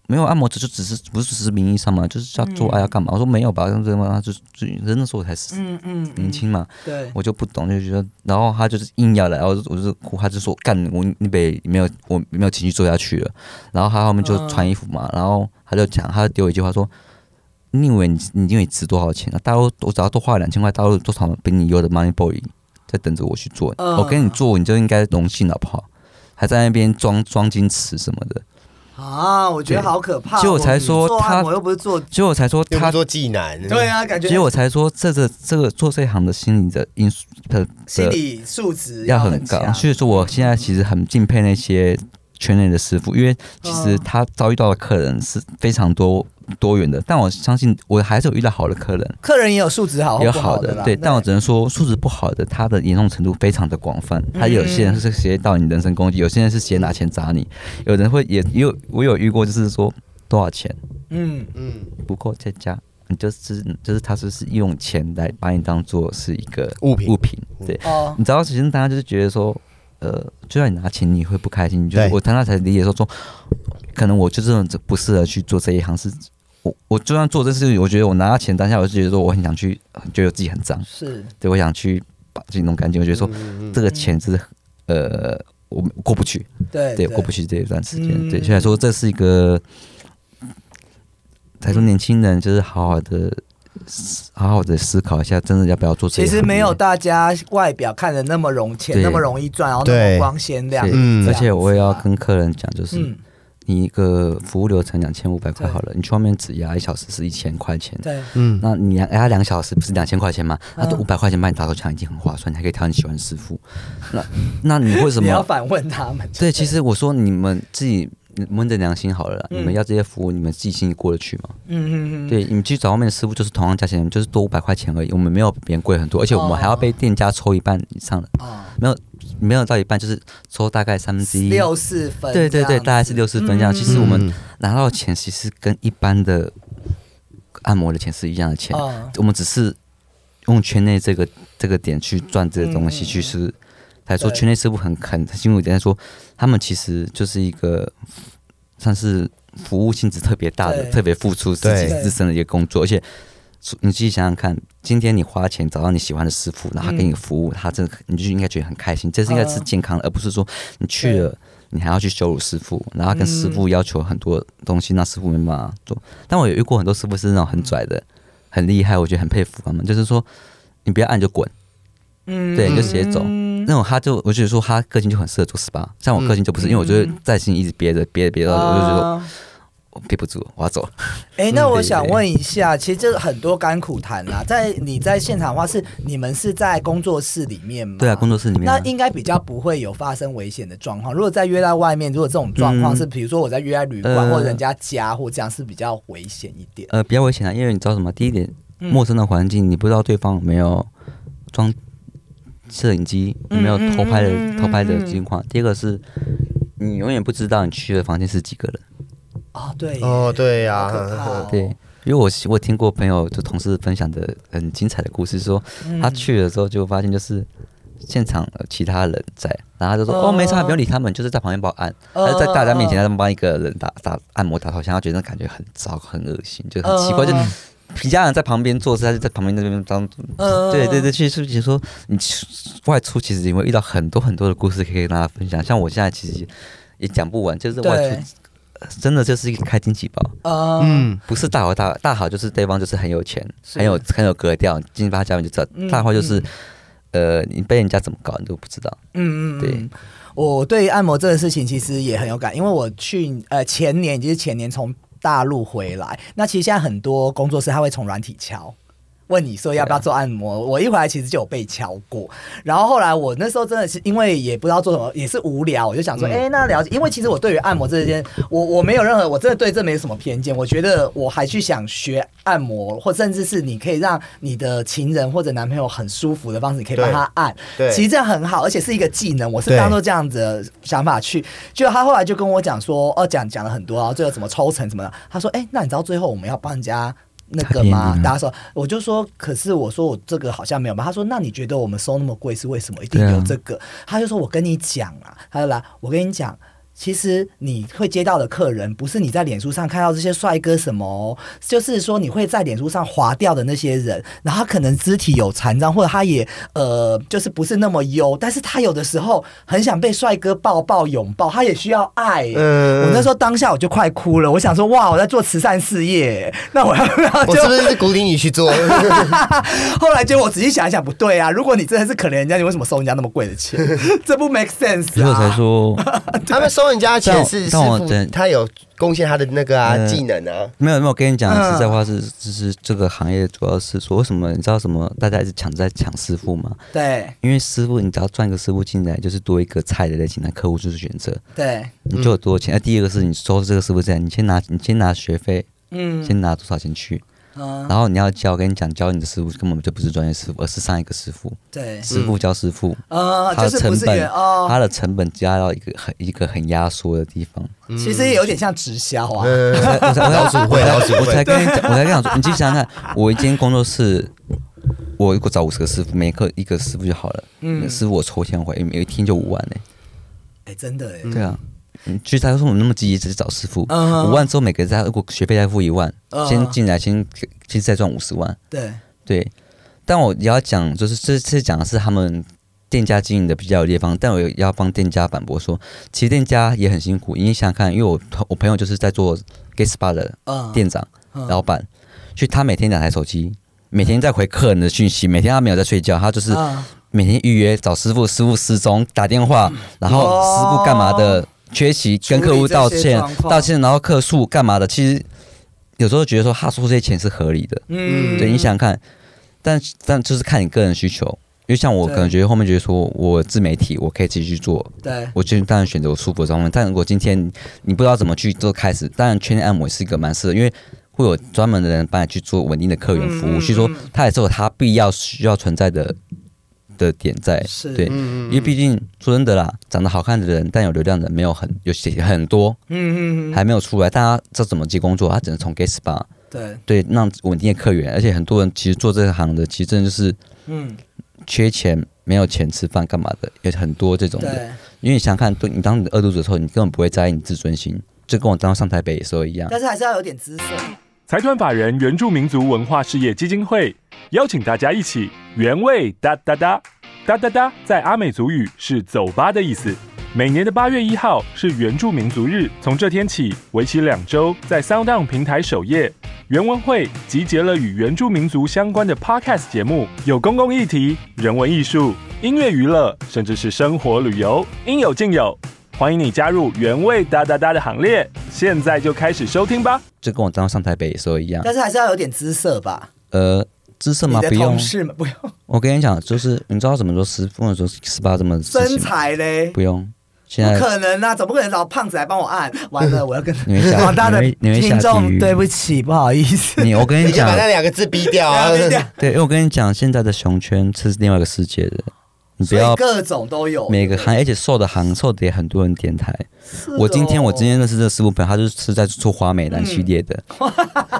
Speaker 1: 没有按摩，只就只是不是只是名义上嘛，就是要做爱要干嘛？我说没有吧，这样子嘛，他就就那时候我才十
Speaker 2: 嗯嗯，嗯
Speaker 1: 年轻嘛，
Speaker 2: 对，
Speaker 1: 我就不懂，就觉得，然后他就是硬要来，然后我就哭，他就说干我你被没有我没有情绪做下去了，然后他后面就穿衣服嘛，然后他就讲，他就丢一句话说，你以为你你以为你值多少钱啊？大陆我只要多花两千块，大陆多少比你有的 money boy 在等着我去做，
Speaker 2: 嗯
Speaker 1: 我给你做你就应该荣幸好不好？还在那边装装矜持什么的，
Speaker 2: 啊，我觉得
Speaker 1: 对
Speaker 2: 好可怕哦。
Speaker 1: 结果才说
Speaker 2: 做按
Speaker 1: 他
Speaker 2: 摩又不是做，
Speaker 1: 结果我才说
Speaker 3: 又不
Speaker 1: 他，
Speaker 3: 做技能，
Speaker 2: 对啊，感觉
Speaker 1: 结果我才说这个这个做这一行的心理的因素的
Speaker 2: 心
Speaker 1: 的
Speaker 2: 理素质
Speaker 1: 要很
Speaker 2: 很
Speaker 1: 高，
Speaker 2: 强
Speaker 1: 所以说我现在其实很敬佩那些圈内的师傅，因为其实
Speaker 2: 嗯
Speaker 1: 他遭遇到的客人是非常多多元的，但我相信我还是有遇到好的客人，
Speaker 2: 客人也有素质好
Speaker 1: 也有
Speaker 2: 或哦不好
Speaker 1: 的，
Speaker 2: 啦
Speaker 1: 对，但我只能说素质不好的，他的严重程度非常的广泛，他有些人是直接到你人身攻击，有些人是直接拿钱砸你，有人会也也有我有遇过，就是说多少钱
Speaker 2: 嗯，
Speaker 3: 嗯，
Speaker 1: 不够再加。你就是就是他就是用钱来把你当做是一个
Speaker 3: 物品
Speaker 1: 物品，对，
Speaker 2: 哦，
Speaker 1: 你知道，其实大家就是觉得说，呃，就算你拿钱，你会不开心。就是
Speaker 3: 对
Speaker 1: 我当下才理解说，说可能我就真的不适合去做这一行，是我我就算做这事情，我觉得我拿到钱当下，我就觉得说我很想去，觉得自己很脏，
Speaker 2: 是
Speaker 1: 对我想去把自己弄干净。我觉得说、
Speaker 3: 嗯
Speaker 1: 这个钱是呃，我我过不去，
Speaker 2: 对
Speaker 1: 对，过不去这一段时间。
Speaker 2: 嗯
Speaker 1: 对，所以说这是一个，才说年轻人就是好好的。好好的思考一下，真的要不要做这一
Speaker 2: 其
Speaker 1: 行业？
Speaker 2: 实没有大家外表看的那么容钱，
Speaker 1: 对
Speaker 2: 那么容易赚，然后那
Speaker 3: 对
Speaker 2: 么光鲜亮丽。
Speaker 1: 对
Speaker 3: 嗯
Speaker 2: 这
Speaker 1: 而
Speaker 2: 样
Speaker 1: 且我也要
Speaker 2: 子啊
Speaker 1: 跟客人讲，就是
Speaker 2: 嗯，
Speaker 1: 你一个服务流程两千五百块
Speaker 2: 对
Speaker 1: 好了，你去外面只压一小时是一千块钱，
Speaker 2: 对，
Speaker 3: 嗯
Speaker 1: 那你压压两小时不是两千块钱吗？那这
Speaker 2: 嗯
Speaker 1: 五百块钱帮你打手枪已经很划算，你还可以挑你喜欢的师傅。那那你为什
Speaker 2: 你要
Speaker 1: 么？
Speaker 2: 反问他们。
Speaker 1: 对，其实我说你们自己摸着良心好了啦，
Speaker 2: 嗯
Speaker 1: 你们要这些服务，你们自己心里过得去吗？
Speaker 2: 嗯嗯嗯，
Speaker 1: 对，你们去找外面的师傅就是同样价钱，就是多五百块钱而已，我们没有比别人贵很多，而且我们还要被店家抽一半以上的，
Speaker 2: 哦，
Speaker 1: 没有没有到一半，就是抽大概三分之一。
Speaker 2: 六四分这
Speaker 1: 对
Speaker 2: 样子，
Speaker 1: 对对，大概是六十分这样。其实我们
Speaker 3: 嗯
Speaker 1: 拿到的钱其实跟一般的按摩的钱是一样的钱，
Speaker 2: 嗯
Speaker 1: 我们只是用圈内这个这个点去赚这个东西
Speaker 2: 嗯嗯
Speaker 1: 去是。来说
Speaker 2: 对
Speaker 1: 圈内师傅很很很辛苦一点，来说他们其实就是一个算是服务性质特别大的
Speaker 2: 对、
Speaker 1: 特别付出自己
Speaker 2: 对
Speaker 1: 自身的一个工作，而且你自己想想看，今天你花钱找到你喜欢的师傅，然后他给你服务，他真的你就应该觉得很开心，这是应该是
Speaker 2: 嗯
Speaker 1: 健康的，而不是说你去了。你还要去羞辱师傅，然后
Speaker 2: 嗯
Speaker 1: 跟师傅要求很多东西，那师傅没办法做。但我有遇过很多师傅是那种很拽的，
Speaker 2: 嗯
Speaker 1: 很厉害，我觉得很佩服他们。就是说，你不要按就滚，
Speaker 2: 嗯
Speaker 1: 对，你就直接走。那种他就，我就觉得说他个性就很适合做 SPA，像我个性就不
Speaker 2: 嗯
Speaker 1: 是，因为我就是在心里一直憋着，憋着憋着，我就觉得
Speaker 2: 啊
Speaker 1: 我憋不住，我要走。
Speaker 2: 哎、那
Speaker 1: 嗯
Speaker 2: 我
Speaker 1: 对
Speaker 2: 想
Speaker 1: 对
Speaker 2: 问一下，其实这很多甘苦谈啦，在你在现场的话是，你们是在工作室里面吗？
Speaker 1: 对啊，工作室里面啊、
Speaker 2: 那应该比较不会有发生危险的状况。如果在约在外面，如果这种状况
Speaker 1: 嗯
Speaker 2: 是，比如说我在约在旅馆、
Speaker 1: 呃
Speaker 2: 或者人家家或这样，是比较危险一点。
Speaker 1: 呃比较危险啊，因为你知道什么？第一点，
Speaker 2: 嗯
Speaker 1: 陌生的环境，你不知道对方有没有装摄影机，有没有
Speaker 2: 嗯嗯
Speaker 1: 偷拍的、
Speaker 2: 嗯嗯嗯
Speaker 1: 偷拍的情况。第二个是，你永远不知道你去的房间是几个人。
Speaker 2: 哦，对，
Speaker 3: 哦，对呀、
Speaker 2: 好可怕哦
Speaker 1: 对，因为我我听过朋友就同事分享的很精彩的故事说，
Speaker 2: 嗯
Speaker 1: 他去的时候就发现就是。现场有其他人在，然后他就说：“
Speaker 2: 哦
Speaker 1: 哦，没差，不用理他们，就是在旁边帮我按。”
Speaker 2: 哦
Speaker 1: 他就在大家面前，他们帮一个人打打按摩打头像，他觉得那感觉很糟，很恶心，就很奇怪。
Speaker 2: 哦
Speaker 1: 就皮家人在旁边做事，他就在旁边那边当
Speaker 2: 嗯
Speaker 1: 对对对，其实其实说你外出，其实你会遇到很多很多的故事可以跟大家分享。像我现在其实也讲不完，就是外
Speaker 2: 对
Speaker 1: 出，真的就是一个开惊喜包，
Speaker 2: 呃，
Speaker 3: 嗯，
Speaker 1: 不是大好大大好就是对方就是很有钱，很有很有格调，你进他家门就知道。
Speaker 2: 嗯
Speaker 1: 大坏就是、呃，你被人家怎么搞你都不知道。
Speaker 2: 嗯嗯，嗯
Speaker 1: 对。
Speaker 2: 我对按摩这个事情其实也很有感，因为我去呃前年，也就是前年从大陆回来，那其实现在很多工作室他会从软体敲。问你说要不要做按摩？我一回来其实就有被敲过，然后后来我那时候真的是因为也不知道做什么，也是无聊，我就想说，哎、那了解，因为其实我对于按摩这件，我我没有任何，我真的对这没什么偏见，我觉得我还去想学按摩，或甚至是你可以让你的情人或者男朋友很舒服的方式，你可以帮他按，
Speaker 3: 对
Speaker 2: 其实这样很好，而且是一个技能，我是
Speaker 3: 对
Speaker 2: 当做这样子的想法去。就他后来就跟我讲说，哦，讲讲了很多，然后最后怎么抽成什么的。他说，哎、那你知道最后我们要帮人家。那个吗
Speaker 1: 便宜？吗
Speaker 2: 大家说，我就说，可是我说我这个好像没有吧。他说，那你觉得我们收那么贵是为什么？一定
Speaker 1: 对啊
Speaker 2: 有这个？他就说，我跟你讲啊，他就来，我跟你讲，其实你会接到的客人，不是你在脸书上看到这些帅哥什么哦、就是说你会在脸书上划掉的那些人，然后他可能肢体有残障，或者他也呃，就是不是那么优，但是他有的时候很想被帅哥抱抱拥抱，他也需要爱。
Speaker 3: 嗯
Speaker 2: 我那时候当下我就快哭了，我想说哇，我在做慈善事业，那我要不要
Speaker 3: 我
Speaker 2: 就是
Speaker 3: 不是鼓励你去做？
Speaker 2: (laughs) 后来结果我仔细想一想，不对啊！如果你真的是可怜人家，你为什么收人家那么贵的钱？这不 make sense
Speaker 1: 所以我才
Speaker 2: 啊！
Speaker 1: 说
Speaker 3: (laughs) 他们收人家的钱是是
Speaker 1: 但我
Speaker 3: 付
Speaker 1: 但我
Speaker 3: 他有贡献他的那个啊
Speaker 1: 嗯
Speaker 3: 技能啊，
Speaker 1: 没有没有，我跟你
Speaker 2: (laughs)
Speaker 1: 讲，
Speaker 2: 嗯
Speaker 1: 实在话是，就是这个行业主要是说，为什么你知道什么？大家一直抢在抢师傅嘛，
Speaker 2: 对
Speaker 1: 因为师傅你只要赚一个师傅进来，就是多一个菜的类型，那客户就是选择，
Speaker 2: 对，
Speaker 1: 你就有多钱。那、第二个是你收这个师傅进来，你先拿你先拿学费，
Speaker 2: 嗯
Speaker 1: 先拿多少钱去，
Speaker 2: 嗯，
Speaker 1: 然后你要教，我跟你讲，教你的师傅根本就不是专业师傅，而是上一个师傅，
Speaker 2: 对，
Speaker 1: 师傅教师傅。
Speaker 2: 呃，
Speaker 1: 他的
Speaker 2: 就是不
Speaker 1: 成
Speaker 2: 是
Speaker 1: 本
Speaker 2: 原，哦，
Speaker 1: 他的成本加到一个很一个很压缩的地
Speaker 2: (laughs)
Speaker 1: 方，
Speaker 2: 其实也有点像直销啊。
Speaker 3: 嗯
Speaker 1: 我才我才我才我才我才跟你讲，我才跟你讲说，你去想想看，我一间工作室，我如果找五十个师傅，每个一个师傅就好了。嗯，师傅我抽签回，每一天就五万呢、
Speaker 2: 哎，真的哎，
Speaker 1: 对啊，嗯，其实他说我们那么积极，只是找师傅，五、
Speaker 2: 嗯
Speaker 1: 万之后每个人再如果学费再付一万，
Speaker 2: 嗯
Speaker 1: 先进来先先再赚五十万。
Speaker 2: 对，
Speaker 1: 对，但我也要讲，就是这次讲的是他们店家经营的比较有地方，但我也要帮店家反驳说，其实店家也很辛苦。因为想想看，因为我我朋友就是在做 gay spa 的
Speaker 2: 嗯，
Speaker 1: 店长、
Speaker 2: 嗯
Speaker 1: 老板，所以他每天两台手机，每天在回客人的讯息，每天他没有在睡觉，他就是
Speaker 2: 嗯
Speaker 1: 每天预约找师傅，师傅失踪打电话，然后师傅干嘛的缺席，跟客户道
Speaker 2: 哦处理这些
Speaker 1: 歉
Speaker 2: 状，况
Speaker 1: 道歉，然后客诉干嘛的，其实有时候觉得说他说这些钱是合理的，
Speaker 2: 嗯
Speaker 1: 对，你想想看，但但就是看你个人需求，因为像我
Speaker 2: 对
Speaker 1: 可能觉得后面觉得说我自媒体我可以自己去做，
Speaker 2: 对
Speaker 1: 我就当然选择我舒服的方面。但如果今天你不知道怎么去做开始，当然圈内按摩也是一个蛮适合，因为会有专门的人帮你去做稳定的客源服
Speaker 2: 嗯
Speaker 1: 务，所以说它也是有它必要需要存在的的点在。
Speaker 2: 是嗯
Speaker 1: 对，因为毕竟说真的啦，长得好看的人，但有流量的人没有很有些很多，
Speaker 2: 嗯嗯嗯，
Speaker 1: 还没有出来，大家知道怎么接工作，他只能从 gay spa
Speaker 2: 对，
Speaker 1: 对让稳定的客源，而且很多人其实做这行的，其实真的就是
Speaker 2: 嗯
Speaker 1: 缺钱。没有钱吃饭干嘛的，有很多这种的。
Speaker 2: 对。
Speaker 1: 因为你想想看，对你当你的饿肚子的时候，你根本不会在意你自尊心，就跟我当上台北的时候一样。
Speaker 2: 但是还是要有点姿色。
Speaker 4: 财团法人原住民族文化事业基金会邀请大家一起原味哒哒哒哒哒哒，在阿美族语是走吧的意思。每年的八月一号是原住民族日，从这天起，为期两周，在 Sound On 平台首页，原文会集结了与原住民族相关的 Podcast 节目，有公共议题、人文艺术、音乐娱乐，甚至是生活旅游，应有尽有。欢迎你加入原味哒哒哒的行列，现在就开始收听吧。
Speaker 1: 就跟我当上台北的时候一样。
Speaker 2: 但是还是要有点姿色吧，
Speaker 1: 呃，姿色
Speaker 2: 你
Speaker 1: 嘛，
Speaker 2: 的
Speaker 1: 不用
Speaker 2: 同。事们不用
Speaker 1: 我跟你讲，就是你知道怎么做十，或者说十八怎么 (laughs) 事
Speaker 2: 身
Speaker 1: 情吗？
Speaker 2: 材嘞，
Speaker 1: 不用。现
Speaker 2: 不
Speaker 1: 在
Speaker 2: 可能啊，总不可能找胖子来帮我按？ (laughs)
Speaker 1: (laughs)
Speaker 2: 完了，我要跟
Speaker 1: 你会下
Speaker 2: 广大的
Speaker 1: 你会你会下
Speaker 2: 听
Speaker 1: 地
Speaker 2: 众
Speaker 1: 狱
Speaker 2: 对不起，不好意思。
Speaker 1: 你，我跟
Speaker 2: (laughs)
Speaker 3: 你
Speaker 1: 你
Speaker 3: 就
Speaker 1: 讲
Speaker 3: 把，那两个字逼掉啊！
Speaker 2: 对啊
Speaker 1: 对，因为我跟你讲，现在的熊圈是另外一个世界的。你不
Speaker 2: 所以
Speaker 1: 要
Speaker 2: 各种都有，
Speaker 1: 每个行业，而且瘦的行瘦的也很多人点台。
Speaker 2: 是哦
Speaker 1: 我今天我今天认识这个师傅朋友，他就是在做花美男系列的，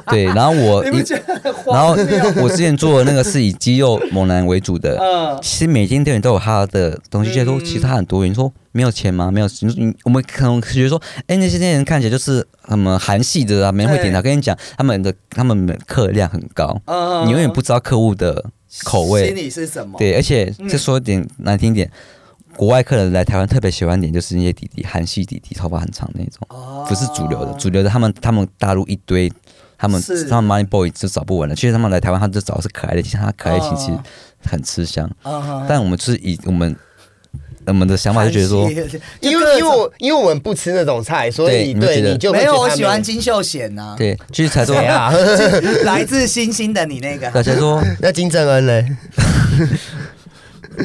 Speaker 1: 对。然后我
Speaker 2: (laughs) 哦你不觉得
Speaker 1: 然
Speaker 2: 荒
Speaker 1: 后
Speaker 2: 谬？
Speaker 1: 我之前做的那个是以肌肉猛男为主的，
Speaker 2: (laughs) 嗯
Speaker 1: 其实每间店都有它的东西，就是说其实它很多元。你说没有钱吗？没有，你说你嗯我们可能觉得说，哎，那些店人看起来就是什么韩系的啊，没人会点它。
Speaker 2: 哎
Speaker 1: 跟你讲，他们的他们的客量很高，
Speaker 2: 嗯
Speaker 1: 你永远不知道客户的口
Speaker 2: 心
Speaker 1: 味。
Speaker 2: 里是什么？
Speaker 1: 对，而且再说点难听点，国外客人来台湾特别喜欢点就是那些弟弟，韩系弟弟，头发很长那种。
Speaker 2: 哦，
Speaker 1: 不是主流的，主流的他们他们大陆一堆，他们
Speaker 2: 是
Speaker 1: 他们 Money Boy 就找不完了。其实他们来台湾，他就找的是可爱的，其实他可爱型其实
Speaker 2: 哦
Speaker 1: 很吃香。
Speaker 2: 嗯哼
Speaker 1: 但我们就是以我们我们的想法就觉得说
Speaker 2: 韩，系 (laughs) 就
Speaker 3: 因
Speaker 2: 各
Speaker 3: 为因为
Speaker 2: 种
Speaker 3: 我因为我们不吃那种菜，所
Speaker 1: 对
Speaker 3: 以
Speaker 1: 你们
Speaker 3: 对
Speaker 1: 觉得
Speaker 3: 你就会
Speaker 2: 没有
Speaker 3: 觉得
Speaker 2: 我
Speaker 3: 它
Speaker 2: 喜欢金秀贤呐，
Speaker 1: 对，就是才说，
Speaker 3: 谁啊？
Speaker 2: (laughs) 来自星星的你那
Speaker 1: 对，
Speaker 2: 个，
Speaker 1: 才说，
Speaker 3: (laughs) 那金正恩嘞？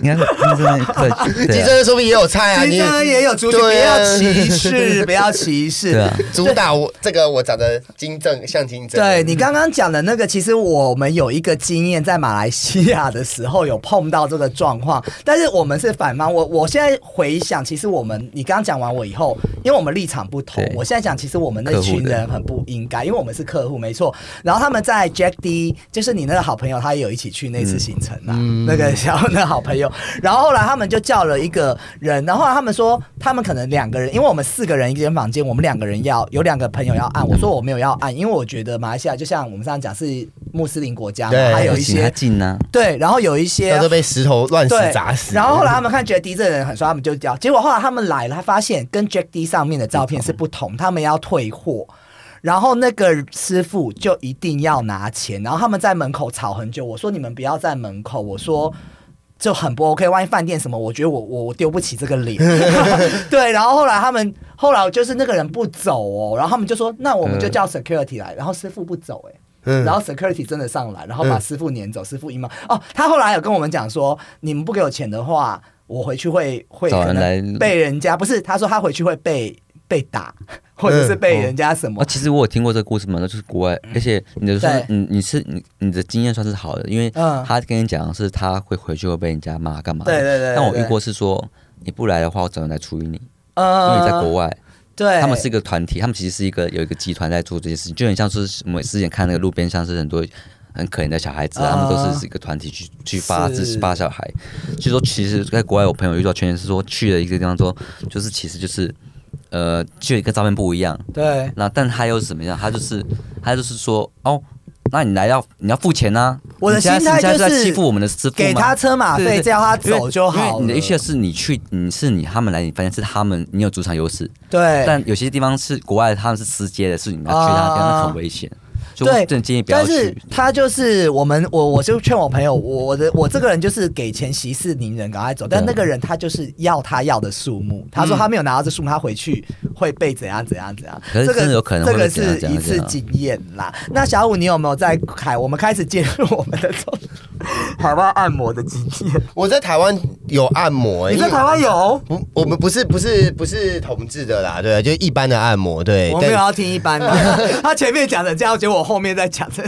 Speaker 1: 你看，
Speaker 2: (laughs)
Speaker 1: 对
Speaker 3: 金
Speaker 1: 对
Speaker 3: 正
Speaker 1: 啊
Speaker 3: 恩说不定也有菜啊，
Speaker 2: 其
Speaker 3: 你
Speaker 2: 实这也有出去，不
Speaker 3: 对啊
Speaker 2: 要歧视，不要歧视，
Speaker 1: 对啊，
Speaker 3: 主打我这个我长得金正像金正
Speaker 2: 对
Speaker 3: 恩，
Speaker 2: 你刚刚讲的那个，其实我们有一个经验，在马来西亚的时候有碰到这个状况，但是我们是反方。我我现在回想，其实我们你刚刚讲完我以后，因为我们立场不同
Speaker 1: 对，
Speaker 2: 我现在讲，其实我们那
Speaker 1: 客户
Speaker 2: 群
Speaker 1: 的
Speaker 2: 人很不应该，因为我们是客户，没错。然后他们在 Jack D，就是你那个好朋友，他也有一起去那次
Speaker 1: 嗯
Speaker 2: 行程啊，那个小那个好朋友。然后后来他们就叫了一个人，然后后来他们说他们可能两个人，因为我们四个人一间房间，我们两个人要有两个朋友要按，我说我没有要按，因为我觉得马来西亚就像我们上次讲是穆斯林国家嘛，
Speaker 3: 对
Speaker 2: 还有
Speaker 1: 有
Speaker 2: 一
Speaker 1: 他
Speaker 2: 些
Speaker 1: 进啊，
Speaker 2: 对，然后有一些
Speaker 3: 他都被石头乱石
Speaker 2: 对，
Speaker 3: 砸死。
Speaker 2: 然后后来他们看觉得 D 这个人很帅，他们就叫。结果后来他们来了，他发现跟 Jack D 上面的照片是不同，他们要退货。然后那个师傅就一定要拿钱，然后他们在门口吵很久。我说你们不要在门口，我说就很不 OK，万一饭店什么，我觉得我我我丢不起这个脸。对，然后后来他们后来就是那个人不走哦，然后他们就说那我们就叫 security 来，然后师傅不走哎、
Speaker 3: 嗯
Speaker 2: 然后 security 真的上来，然后把师傅撵走，师傅一忙哦，他后来有跟我们讲说，你们不给我钱的话，我回去会会
Speaker 1: 找
Speaker 2: 可
Speaker 1: 人
Speaker 2: 能
Speaker 1: 来
Speaker 2: 被人家不是，他说他回去会被被打，或者是被人家什么
Speaker 1: 啊，，其实我有听过这个故事嘛，那就是国外，
Speaker 2: 嗯
Speaker 1: 而且你的算
Speaker 2: 对
Speaker 1: 你你是你你的经验算是好的，因为
Speaker 2: 嗯
Speaker 1: 他跟你讲是他会回去会被人家骂干嘛的，
Speaker 2: 对对对对
Speaker 1: 但我遇
Speaker 2: 对
Speaker 1: 过是说你不来的话，我只能来处理你，因
Speaker 2: 呃
Speaker 1: 哦为你在国外，
Speaker 2: 对，
Speaker 1: 他们是一个团体，他们其实是一个有一个集团在做这些事情，就很像是我们之前看那个路边，像是很多很可怜的小孩子、啊，
Speaker 2: 啊
Speaker 1: 他们都是一个团体去去发
Speaker 2: 是
Speaker 1: 自发小孩。所以说，其实在国外，我朋友遇到圈是说去了一个地方之后，就是其实就是呃，就一个照片不一样，
Speaker 2: 对
Speaker 1: 那但他又是怎么样？他就是他就是说哦。那你来要你要付钱啊！
Speaker 2: 我的
Speaker 1: 你现在
Speaker 2: 心态
Speaker 1: 你现在
Speaker 2: 就是
Speaker 1: 在欺负我们的师傅吗，
Speaker 2: 给他车马
Speaker 1: 对
Speaker 2: 费，
Speaker 1: 对
Speaker 2: 叫他
Speaker 1: 因为
Speaker 2: 走就
Speaker 1: 因
Speaker 2: 好
Speaker 1: 为你的意思
Speaker 2: 了。
Speaker 1: 是你去，你是你他们来你发现是他们，你有主场优势，
Speaker 2: 对，
Speaker 1: 但有些地方是国外，他们是私接的，是你们要去他的地方，
Speaker 2: 啊
Speaker 1: 那很危险。所以我
Speaker 2: 对，
Speaker 1: 真的建议不要
Speaker 2: 但是
Speaker 1: 去。
Speaker 2: 他就是我们，我我就劝我朋友，我我的我这个人就是给钱息事宁人，赶快走。
Speaker 1: 对
Speaker 2: 但
Speaker 1: 啊嗯
Speaker 2: 那个人他就是要他要的数目，他说他没有拿到这数目，他回去会被怎样怎样怎样。
Speaker 1: 可是
Speaker 2: 这个
Speaker 1: 真的有可能
Speaker 2: 这
Speaker 1: 会
Speaker 2: 个
Speaker 1: 被怎样
Speaker 2: 是
Speaker 1: 怎样
Speaker 2: 一次
Speaker 1: 怎样
Speaker 2: 经验啦。那小五，你有没有在凯？我们开始进入我们的这种台湾按摩的经验。
Speaker 3: 我在台湾有按摩、欸，
Speaker 2: 你在
Speaker 1: 啊
Speaker 3: 因为
Speaker 2: 台湾有？
Speaker 3: 不，我们不是不是不是同志的啦，对，啊就一般的按摩，对。
Speaker 2: 我没有要听一般
Speaker 1: 哎
Speaker 2: 的， (laughs) 他前面讲的这样，结果我后面在讲的。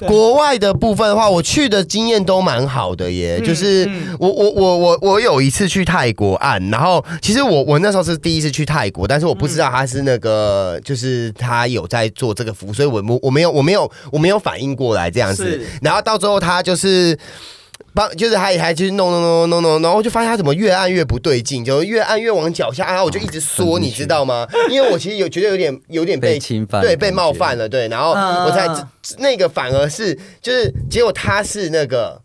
Speaker 3: 但国外的部分的话，我去的经验都蛮好的
Speaker 1: 嗯
Speaker 3: 耶，就是我我我我我有一次去泰国按，然后其实我我那时候是第一次去泰国，但是我不知道他是那个，就是他有在做这个服务，所以我我我没有我没有我没有反应过来这样子
Speaker 2: 是，
Speaker 3: 然后到最后他就是。帮就是他也还去弄弄弄弄弄，然后就发现他怎么越按越不对劲，就越按越往脚下，然后我就一直缩，你知道吗？因为我其实有觉得有点有点
Speaker 1: 嗯
Speaker 3: 被
Speaker 1: 被侵犯的
Speaker 3: 对，被
Speaker 1: 感
Speaker 3: 冒
Speaker 1: 觉
Speaker 3: 犯了，对，然后
Speaker 2: 嗯
Speaker 3: 我才知那个反而是就是结果他是那个。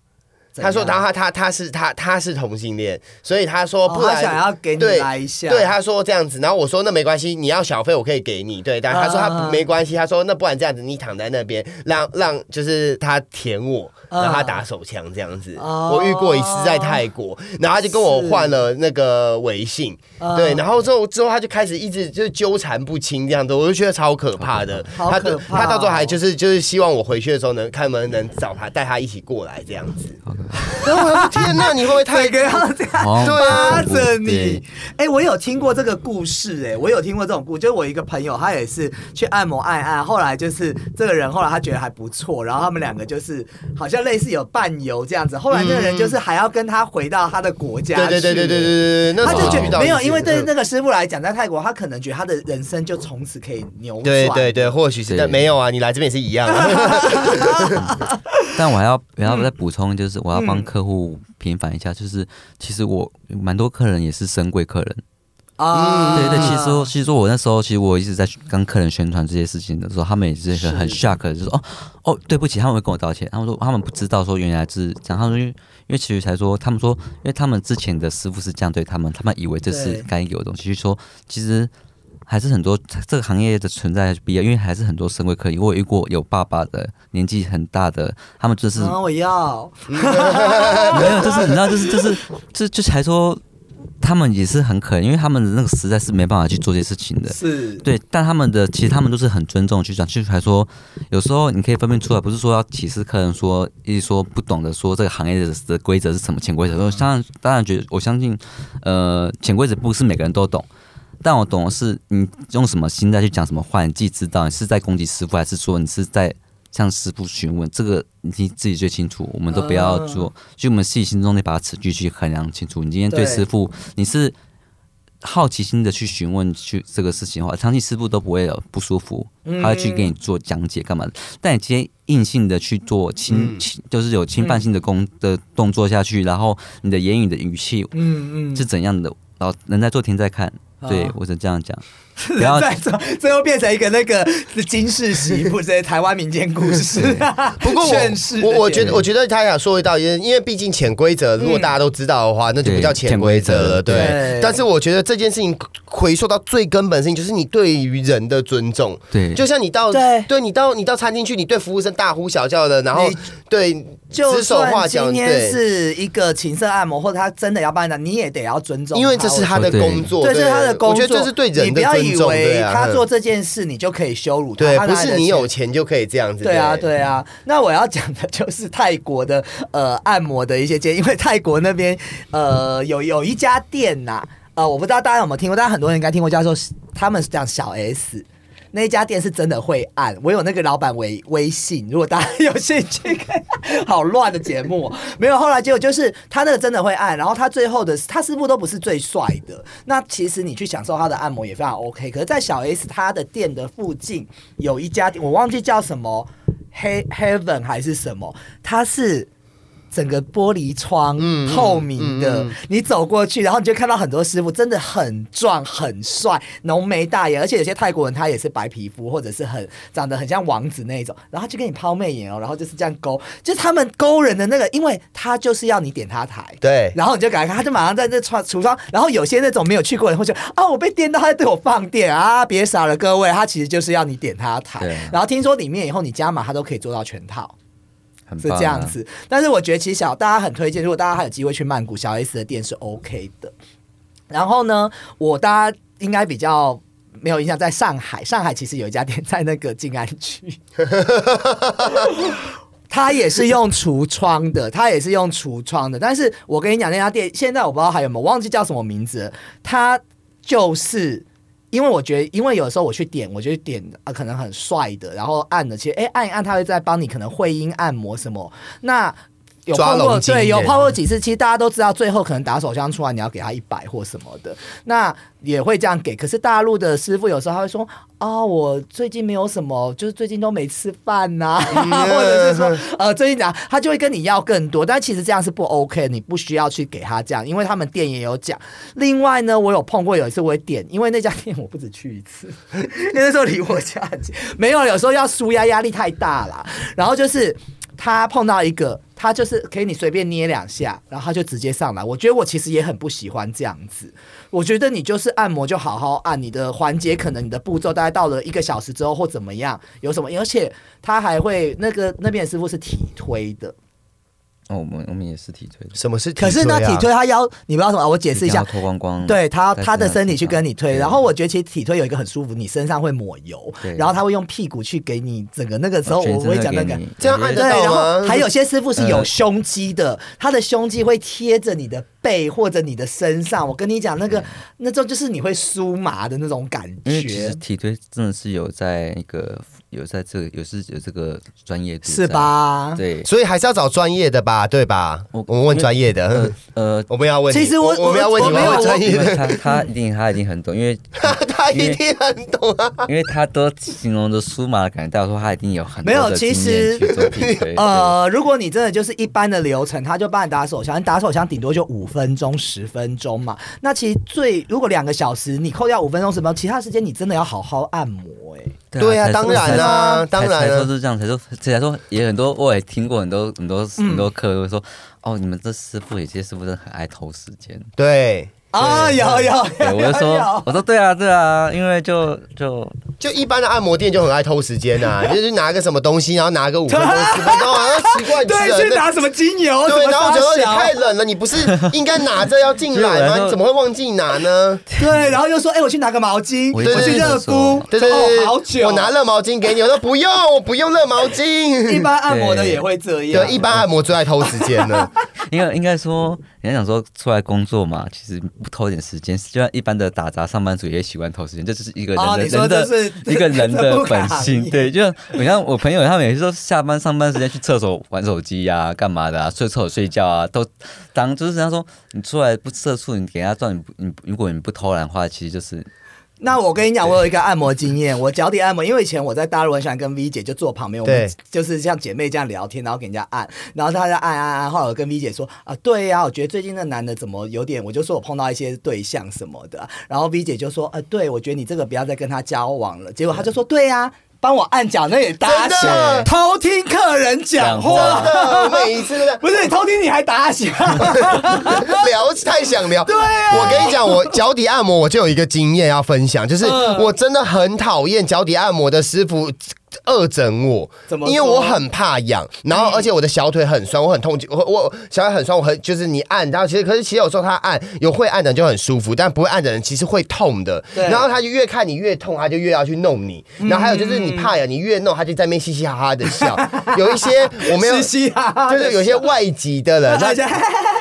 Speaker 2: 怎
Speaker 3: 他说
Speaker 2: 样
Speaker 3: 他他他他是他他是同性恋，所以他说
Speaker 2: 哦
Speaker 3: 不然、
Speaker 2: 他想要给你
Speaker 3: 对
Speaker 2: 来一下
Speaker 3: 对他说这样子，然后我说那没关系，你要小费我可以给你，对，但他说他
Speaker 2: 啊
Speaker 3: 不没关系，他说那不然这样子，你躺在那边让让就是他舔我，
Speaker 2: 啊
Speaker 3: 然后他打手枪这样子，
Speaker 2: 哦
Speaker 3: 我遇过一次在泰国，然后他就跟我
Speaker 2: 是
Speaker 3: 换了那个微信，
Speaker 2: 啊
Speaker 3: 对，然后之后之后他就开始一直就是纠缠不清这样子，我就觉得超可怕的，
Speaker 2: 好
Speaker 3: 他
Speaker 2: 可怕
Speaker 3: 他到最后还
Speaker 2: 哦
Speaker 3: 就是就是希望我回去的时候能看能不能找他带他一起过来这样子。
Speaker 1: 好
Speaker 3: (laughs) 天哪，你会不会太
Speaker 2: 每个人要这样
Speaker 1: 哦
Speaker 2: 拉着你
Speaker 1: 对。
Speaker 2: 哎、我有听过这个故事、哎，我有听过这种故事，就是我一个朋友，他也是去按摩按一按，后来就是这个人后来他觉得还不错，然后他们两个就是好像类似有伴游这样子，后来那个人就是还要跟他回到他的国家去、
Speaker 3: 对对对对对对对对，那
Speaker 2: 他就
Speaker 3: 时候
Speaker 2: 觉
Speaker 3: 遇
Speaker 2: 得
Speaker 3: 到
Speaker 2: 没有，
Speaker 3: 一次
Speaker 2: 因为对
Speaker 3: 嗯
Speaker 2: 那个师傅来讲，在泰国他可能觉得他的人生就从此可以扭转。
Speaker 3: 对对对，或许是，
Speaker 1: 对
Speaker 3: 但没有啊，你来这边也是一样啊。
Speaker 2: (laughs)
Speaker 1: 但我还要我要再补充，就是我要
Speaker 2: 嗯
Speaker 1: 帮客户平反一下，就是其实我蛮多客人也是深贵客人，
Speaker 2: 啊，
Speaker 1: 对对，其实说其实说我那时候，其实我一直在跟客人宣传这些事情的时候，他们也是很很 shock，的就是说哦哦，对不起，他们会跟我道歉，他们说他们不知道说原来是这样，他们说因为因为其实才说他们说，因为他们之前的师傅是这样对他们，他们以为这
Speaker 2: 对
Speaker 1: 是该有的东西，就是说其实。还是很多这个行业的存在必要，因为还是很多社会可以。我有遇过有爸爸的年纪很大的，他们就是
Speaker 2: 啊，我要
Speaker 1: 没有，就是你知道，就是就是就就才说，他们也是很可怜，因为他们的那个实在是没办法去做这些事情的。
Speaker 2: 是
Speaker 1: 对，但他们的其实他们都是很尊重去讲，去还说，有时候你可以分辨出来，不是说要歧视客人说，一直说不懂得说这个行业的的规则是什么潜规则。我当然当然觉得，我相信，呃，潜规则不是每个人都懂。但我懂的是，你用什么心态去讲什么话，你自己知道，你是在攻击师傅，还是说你是在向师傅询问？这个你自己最清楚。我们都不要做，就我们自己心中那把尺去去衡量清楚。你今天对
Speaker 2: 对
Speaker 1: 师傅，你是好奇心的去询问去这个事情的话，相信师傅都不会有不舒服，
Speaker 2: 嗯
Speaker 1: 他会去给你做讲解干嘛的。但你今天硬性的去做
Speaker 2: 嗯
Speaker 1: 侵，侵就是有侵犯性的工的动作下去，然后你的言语的语气
Speaker 2: 嗯嗯，
Speaker 1: 是怎样的，然后人在做天在看。对
Speaker 2: 啊，
Speaker 1: 我只能这样讲。
Speaker 2: 不
Speaker 3: (laughs)
Speaker 1: 要
Speaker 2: 再做，最后变成一个那个金氏媳妇，这些台湾民间故事。
Speaker 3: (laughs) 不过我
Speaker 2: 劝世的
Speaker 3: 我我
Speaker 2: 节
Speaker 3: 觉得
Speaker 2: 目
Speaker 3: 我觉得他想说一道，因为因为毕竟潜规则，如果大家都知道的话，那就不
Speaker 1: 对
Speaker 3: 叫潜规则了，
Speaker 1: 潜规则
Speaker 3: 对
Speaker 2: 嗯对。
Speaker 3: 但是我觉得这件事情回溯到最根本的事情，就是你对于人的尊重。
Speaker 1: 对，
Speaker 3: 就像你到
Speaker 2: 对
Speaker 3: 你到你到餐厅去，你对服务生大呼小叫的，然后
Speaker 2: 你
Speaker 3: 对
Speaker 2: 就
Speaker 3: 指手画
Speaker 2: 算
Speaker 3: 脚，
Speaker 2: 今天
Speaker 3: 对，
Speaker 2: 是一个情色按摩，或者他真的要帮你打，你也得要尊重，
Speaker 3: 因为这是他的
Speaker 1: 哦对
Speaker 3: 工作，
Speaker 2: 对，这是他的工
Speaker 3: 我
Speaker 2: 作，
Speaker 3: 觉得这是对
Speaker 2: 你
Speaker 3: 人
Speaker 2: 不
Speaker 3: 的
Speaker 2: 要以
Speaker 3: 尊重，对
Speaker 2: 为
Speaker 3: 啊
Speaker 2: 他做
Speaker 3: 嗯
Speaker 2: 这件事你就可以羞辱他，
Speaker 3: 对，
Speaker 2: 他拿
Speaker 3: 不是
Speaker 2: 的钱
Speaker 3: 你有钱就可以这样子，
Speaker 2: 对啊，对啊。那我要讲的 (laughs) 就是泰国的呃按摩的一些建议，因为泰国那边呃有有一家店呐、呃我不知道大家有没有听过，但很多人应该听过叫做他们是讲小 S。那一家店是真的会按，我有那个老板微微信，如果大家 (laughs) 有兴趣看，好乱的节目哦，没有。后来结果就是他那个真的会按，然后他最后的他师傅都不是最帅的，那其实你去享受他的按摩也非常 OK。可是，在小 S 他的店的附近有一家店，我忘记叫什么，黑 Heaven 还是什么，它是整个玻璃窗、透明的，你走过去，然后你就看到很多师傅真的很壮、很帅，浓眉大眼，而且有些泰国人他也是白皮肤，或者是很长得很像王子那一种，然后就给你抛媚眼哦，然后就是这样勾，就是他们勾人的那个，因为他就是要你点他台，
Speaker 3: 对
Speaker 2: 然后你就赶快看，他就马上在那窗橱窗，然后有些那种没有去过的人会说啊，我被电到，他在对我放电啊，别傻了各位，他其实就是要你点他台
Speaker 1: 对啊，
Speaker 2: 然后听说里面以后你加码，他都可以做到全套。
Speaker 1: 很
Speaker 2: 是
Speaker 1: 棒啊
Speaker 2: 这样。子。但是我觉得其实小大家很推荐，如果大家还有机会去曼谷，小 S 的店是 OK 的。然后呢，我大家应该比较。没有印象，在上海，上海其实有一家店在那个静安区，它也是用橱窗的，它也是用橱窗的。但是我跟你讲，那家店现在我不知道还有没有，我忘记叫什么名字了。它就是因为我觉得，因为有时候我去点，我就去点啊，可能很帅的，然后按的，其实哎按一按，它会再帮你可能会阴按摩什么。那有
Speaker 3: 抓
Speaker 2: 泡过
Speaker 3: 龙筋
Speaker 2: 对，
Speaker 3: 耶
Speaker 2: 有泡过几次，其实大家都知道，最后可能打手枪出来，你要给他一百或什么的，那也会这样给。可是大陆的师傅有时候他会说啊、我最近没有什么，就是最近都没吃饭呐、或者是说呃，最近讲他就会跟你要更多，但其实这样是不 OK，你不需要去给他这样，因为他们店也有讲。另外呢，我有碰过有一次我也点，因为那家店我不止去一次， (laughs) 因为那时候离我家很近，没有，有时候要舒压，压力太大了。然后就是他碰到一个，他就是给你随便捏两下，然后他就直接上来。我觉得我其实也很不喜欢这样子，我觉得你就是按摩就好好按，你的环节可能你的步骤大概到了一个小时之后或怎么样，有什么，而且他还会那个那边的师傅是体推的。
Speaker 1: 那哦我们我们也是体推的，
Speaker 3: 什么是体
Speaker 2: 可
Speaker 3: 推啊？
Speaker 2: 是那体推他腰，你不知道什么，我解释一
Speaker 1: 定
Speaker 2: 下
Speaker 1: 要，脱光光，
Speaker 2: 对他
Speaker 1: 嗯在
Speaker 2: 他的
Speaker 1: 身上
Speaker 2: 身体去跟你推，
Speaker 1: 对
Speaker 2: 然后我觉得其实体推有一个很舒服，你身上会抹油
Speaker 1: 对，哦
Speaker 2: 然后他会用屁股去给你整个那个时候，
Speaker 1: 全
Speaker 2: 我
Speaker 1: 身
Speaker 2: 我会
Speaker 1: 的
Speaker 2: 讲那
Speaker 1: 给
Speaker 2: 个。
Speaker 1: 你嗯
Speaker 3: 这样按
Speaker 2: 对，
Speaker 3: 得到
Speaker 2: 然后
Speaker 3: 吗
Speaker 2: 还有些师傅是有胸肌的，他的胸肌会贴着你的背或者你的身上。我跟你讲，那个那种就是你会酥麻的那种感
Speaker 1: 因嗯为其
Speaker 2: 觉
Speaker 1: 实，体推真的是有在那个有在这个有是有这个专业度
Speaker 2: 是
Speaker 1: 在？
Speaker 2: 吧？
Speaker 1: 对，
Speaker 3: 所以还是要找专业的吧，对吧？
Speaker 1: 我
Speaker 3: 我们问专业的
Speaker 1: 呃，呃，
Speaker 3: 我们要问你。
Speaker 2: 其实我
Speaker 3: 我们要问
Speaker 2: 我
Speaker 1: 哦
Speaker 3: 你，
Speaker 2: 我没有
Speaker 3: 要问专
Speaker 1: 因
Speaker 3: 业
Speaker 1: 为
Speaker 3: 的，
Speaker 1: 他他一定他一定很懂，因为
Speaker 3: (laughs) 他一定很懂啊。
Speaker 1: 因为他都形容着舒马的感觉，代表说他一定有很
Speaker 2: 没有
Speaker 1: 多的经
Speaker 2: 其
Speaker 1: 验
Speaker 2: 实
Speaker 1: 去做体
Speaker 3: (laughs)
Speaker 1: 推。
Speaker 2: 呃，如果你真的就是一般的流程，他就帮你打手枪，你打手枪顶多就五分钟、十分钟嘛。那其实最如果两个小时，你扣掉五分钟什么，其他时间你真的要好好按摩哎、
Speaker 3: 对啊
Speaker 1: 才
Speaker 3: 当然啊
Speaker 1: 才
Speaker 3: 当然啊
Speaker 1: 才说是这样，才说才说也很多，我也听过很多很多
Speaker 3: 嗯
Speaker 1: 很多客户说，哦，你们这师傅有些师傅真的很爱偷时间。
Speaker 3: 对，
Speaker 2: 啊，有有
Speaker 1: 对，
Speaker 2: 有
Speaker 3: (laughs)
Speaker 1: 我就
Speaker 3: 哎
Speaker 2: 有
Speaker 1: 说
Speaker 2: 有，
Speaker 1: 我说对啊对啊，因为就就
Speaker 3: 就一般的按摩店就很爱偷时
Speaker 2: (laughs)
Speaker 3: 间呐，就是拿个什么东西，然后拿个五分钟、十分钟，好像奇怪你
Speaker 2: 对，
Speaker 3: 人
Speaker 2: 去
Speaker 3: 的。
Speaker 2: 拿什么精油，
Speaker 3: 对，
Speaker 2: 什
Speaker 3: 然后哎
Speaker 2: 么
Speaker 3: 我觉得你
Speaker 2: 沙
Speaker 3: 太
Speaker 2: 小，
Speaker 3: 冷了，你不是应该拿着要
Speaker 2: (laughs)
Speaker 3: 进来吗？你怎么会忘记拿呢？
Speaker 2: 对，然后又说，哎、我去拿个毛巾，
Speaker 1: 我
Speaker 3: 也
Speaker 2: 我去
Speaker 3: 记得
Speaker 2: 热敷
Speaker 1: 说，
Speaker 3: 对对
Speaker 2: 哦
Speaker 3: 对，
Speaker 2: 好久，
Speaker 3: 我拿。热毛巾给你，我说不用，我不用热毛
Speaker 2: (laughs) 一
Speaker 3: (laughs) 巾。
Speaker 2: 般按摩的也会这样，
Speaker 3: 对，一般按摩最爱偷时间了。
Speaker 1: 应该应该说，人家想说出来工作嘛，其实不偷点时间，就像一般的打杂上班族也喜欢偷时间，这就是一个人的、
Speaker 2: 哦你说
Speaker 1: 人的
Speaker 2: 这是
Speaker 1: 一个人
Speaker 2: 这
Speaker 1: 的
Speaker 2: 不
Speaker 1: 本
Speaker 2: 卡
Speaker 1: 性。
Speaker 2: 你
Speaker 1: 对，就像我像我朋友他们也是说，下班上班时间去厕所玩手机呀、干嘛的啊，睡厕所睡觉啊，都当就是人家说你出来不社畜，你给人家赚，你不你如果你不偷懒的话，其实就是
Speaker 2: 那我跟你讲，我有一个按摩经验，我脚底按摩，因为以前我在大陆很喜欢跟 V 姐就坐旁边，我们
Speaker 3: 对
Speaker 2: 就是像姐妹这样聊天，然后给人家按，然后她在按按按，后来我跟 V 姐说啊，对呀、我觉得最近那男的怎么有点，我就说我碰到一些对象什么的，啊然后 V 姐就说，呃，对，我觉得你这个不要再跟他交往了，结果她就说，对呀、帮我按脚，那也打
Speaker 3: 真的
Speaker 2: 响，偷听客人讲
Speaker 3: (laughs)
Speaker 2: 话
Speaker 1: 讲，
Speaker 3: 我每一次都
Speaker 2: (laughs)
Speaker 3: 在
Speaker 2: 不是你偷听你还打响，啊
Speaker 3: 聊太想聊。
Speaker 2: 对啊
Speaker 3: 我跟你讲，我脚底按摩我就有一个经验要分享，就是
Speaker 2: 嗯
Speaker 3: 我真的很讨厌脚底按摩的师傅。恶整我
Speaker 2: 怎，么说嗯
Speaker 3: 因为我很怕痒，然后而且我的小腿很酸，我很痛经，我我小腿很酸，我很就是你按，然后其实可是其实有时候他按有会按的人就很舒服，但不会按的人其实会痛的。
Speaker 2: 对
Speaker 3: 然后他就越看你越痛，他就越要去弄你。然后还有就是你怕痒，你越弄他就在那边嘻嘻哈哈的
Speaker 2: (laughs)
Speaker 3: 笑。有一些我没有，
Speaker 2: 嘻嘻哈哎哈
Speaker 3: (laughs) 就
Speaker 2: 的
Speaker 3: 是有些外籍
Speaker 2: (laughs)
Speaker 3: 的人，他
Speaker 2: 大家。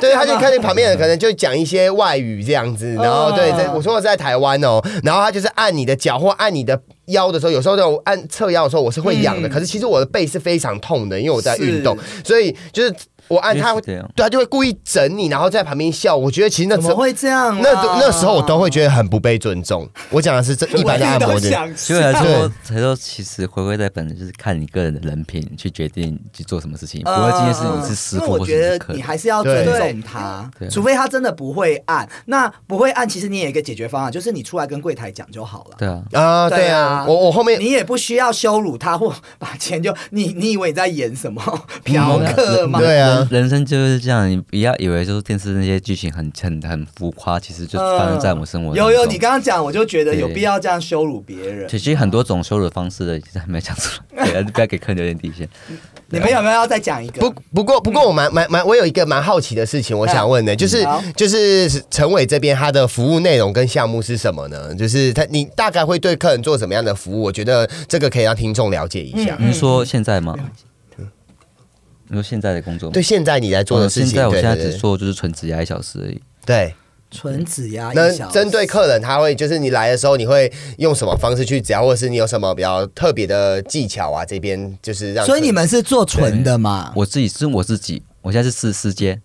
Speaker 3: 对，他就看见旁边的可能就讲一些外语这
Speaker 2: (laughs)
Speaker 3: 样子，然后
Speaker 2: 哦
Speaker 3: 对，在我说我是在台湾哦，然后他就是按你的脚或按你的腰的时候，有时候在我按侧腰的时候我是会痒的，
Speaker 2: 嗯
Speaker 3: 可是其实我的背是非常痛的，因为我在运动，所以就是我按他会，
Speaker 1: 因为是这样
Speaker 3: 对，他就会故意整你，然后在旁边笑。我觉得其实那
Speaker 2: 怎
Speaker 3: 时
Speaker 2: 么
Speaker 3: 候。
Speaker 2: 会这样、啊？
Speaker 3: 那那时候我都会觉得很不被尊重。我讲的是这一般的按
Speaker 2: 我
Speaker 3: 摩
Speaker 2: 自 (laughs)
Speaker 3: 的
Speaker 2: 己都，想
Speaker 1: 所以来
Speaker 3: 对
Speaker 1: 说才说，其实回归在本质就是看你个人的人品去决定去做什么事情，不会今天是你是师
Speaker 2: 因为
Speaker 1: 傅
Speaker 2: 呃我
Speaker 1: 或
Speaker 2: 觉
Speaker 1: 是
Speaker 2: 得
Speaker 1: 客
Speaker 2: 你
Speaker 1: 人。
Speaker 2: 还是要尊重他，
Speaker 1: 对
Speaker 2: 除非他真的不会按。那不会按，其实你也有一个解决方案，就是你出来跟柜台讲就好了。
Speaker 1: 对啊，
Speaker 3: 啊，对啊，我我后面
Speaker 2: 你也不需要羞辱他或把钱就 (laughs) 你你以为你在演什么
Speaker 1: 嗯
Speaker 2: 嫖客吗？
Speaker 3: 对啊
Speaker 1: 人人生就是这样，你不要以为就是电视那些剧情很很很浮夸，其实就
Speaker 2: 嗯
Speaker 1: 发生在我们生活当
Speaker 2: 有
Speaker 1: 中。
Speaker 2: 有，你刚刚讲，我就觉得有
Speaker 1: 对
Speaker 2: 必要这样羞辱别人
Speaker 1: 其。实很多种羞辱方式的，其实还没有讲
Speaker 3: (laughs)
Speaker 1: 出来，对，还是不要给客人留点底线。
Speaker 2: 你们有没有要再讲一个？
Speaker 3: 不不
Speaker 2: 嗯
Speaker 3: 过不过我蛮蛮蛮，我有一个蛮好奇的事情，我想问的，就是
Speaker 2: 好
Speaker 3: 就是陈伟这边他的服务内容跟项目是什么呢？就是他你大概会对客人做什么样的服务？我觉得这个可以让听众了解一下。
Speaker 1: 你是说现在吗？你说现在的工
Speaker 2: 嗯
Speaker 1: 作吗？
Speaker 3: 对，现在你在做的
Speaker 1: 呃
Speaker 3: 事
Speaker 1: 现
Speaker 3: 情，
Speaker 1: 在我
Speaker 3: 对
Speaker 1: 现
Speaker 3: 对
Speaker 1: 在
Speaker 3: 对
Speaker 1: 只做就是纯职压一小时而已。
Speaker 3: 对。
Speaker 2: 纯子呀，
Speaker 3: 那
Speaker 2: 一小时
Speaker 3: 针对客人，他会就是你来的时候，你会用什么方式去讲，或者是你有什么比较特别的技巧啊？这边就是让客人，
Speaker 2: 所以你们是做纯的嘛？
Speaker 1: 我自己是我自己，我现在是四四阶，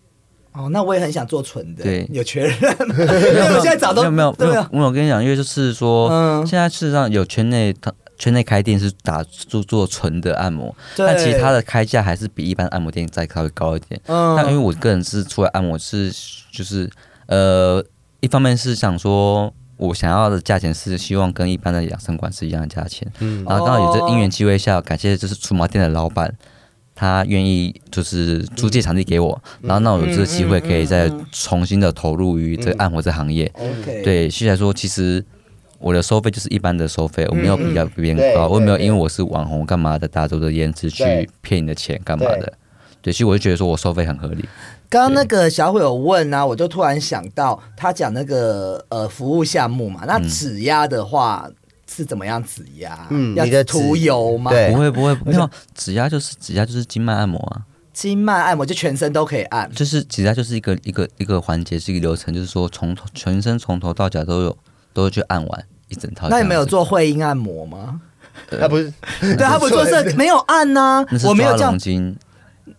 Speaker 2: 哦，那我也很想做纯的，
Speaker 1: 对
Speaker 2: 有确认吗？
Speaker 1: (laughs)
Speaker 2: 因为我现在找
Speaker 1: 没
Speaker 2: 都
Speaker 1: 有没有没
Speaker 2: 对
Speaker 1: 有
Speaker 2: 啊，，
Speaker 1: 我有跟你讲，因为就是说，
Speaker 2: 嗯
Speaker 1: 现在事实上有圈内它圈内开店是打做做纯的按摩，
Speaker 2: 对
Speaker 1: 但其实它的开价还是比一般按摩店再稍微高一点。
Speaker 2: 嗯
Speaker 1: 但因为我个人是出来按摩是就是呃，一方面是想说。我想要的价钱是希望跟一般的养生馆是一样的价钱，嗯，然后刚好有这因缘机会下，感谢就是除毛店的老板，他愿意就是租借场地给我，
Speaker 2: 嗯
Speaker 1: 然后让我有这个机会可以再重新的投入于这个按摩这行业，
Speaker 2: OK，
Speaker 1: 对，虽然说其实我的收费就是一般的收费，我没
Speaker 2: 嗯
Speaker 1: 有比较别人
Speaker 3: 对
Speaker 1: 高，我也没有
Speaker 3: 对
Speaker 1: 因为我是网红干嘛的，大家都的颜值去
Speaker 3: 对
Speaker 1: 骗你的钱干嘛的。对，其实我就觉得说我收费很合理。
Speaker 2: 刚刚那个小虎有问啊，我就突然想到他讲那个呃服务项目嘛，那指压的话是怎么样指压？
Speaker 3: 嗯
Speaker 2: 要
Speaker 3: 你的指
Speaker 2: 涂油吗？
Speaker 3: 对
Speaker 1: 不会不会，没有指压就是指压就是经脉按摩啊，
Speaker 2: 经脉按摩就全身都可以按。
Speaker 1: 就是指压就是一个一个一个环节是一个流程，就是说从头全身从头到脚都有都会去按完一整套。
Speaker 2: 那你们有？做会阴按摩吗？
Speaker 3: 他
Speaker 1: 嗯
Speaker 3: 不是，
Speaker 2: 对他不做是没有按呐、
Speaker 1: 那是
Speaker 2: 我没有
Speaker 1: 抓
Speaker 2: 这样
Speaker 1: 龙，筋，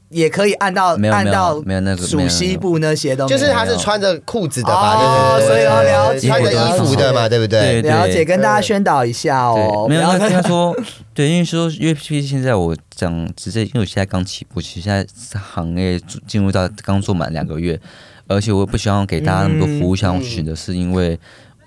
Speaker 2: 也可以按到
Speaker 1: 没有
Speaker 2: 按到
Speaker 1: 没有没有那个没
Speaker 2: 属
Speaker 1: 有
Speaker 2: 西部那些东西。
Speaker 3: 就是他是穿着裤子的吧？
Speaker 2: 哦
Speaker 3: 对对对对
Speaker 2: 所以要了
Speaker 3: 对
Speaker 2: 解
Speaker 3: 穿着衣服的嘛，对不对？
Speaker 1: 对
Speaker 2: 了解，跟大家宣导一下哦。
Speaker 1: 对，没有，
Speaker 2: 不要
Speaker 1: 因为
Speaker 2: (laughs)
Speaker 1: 他说，对，因为说，因为毕竟现在我讲直接，因为我现在刚起步，其实现在行业进入到刚做满两个月，而且我也不希望给大家那么多服务
Speaker 2: 嗯
Speaker 1: 项目去选择，是因为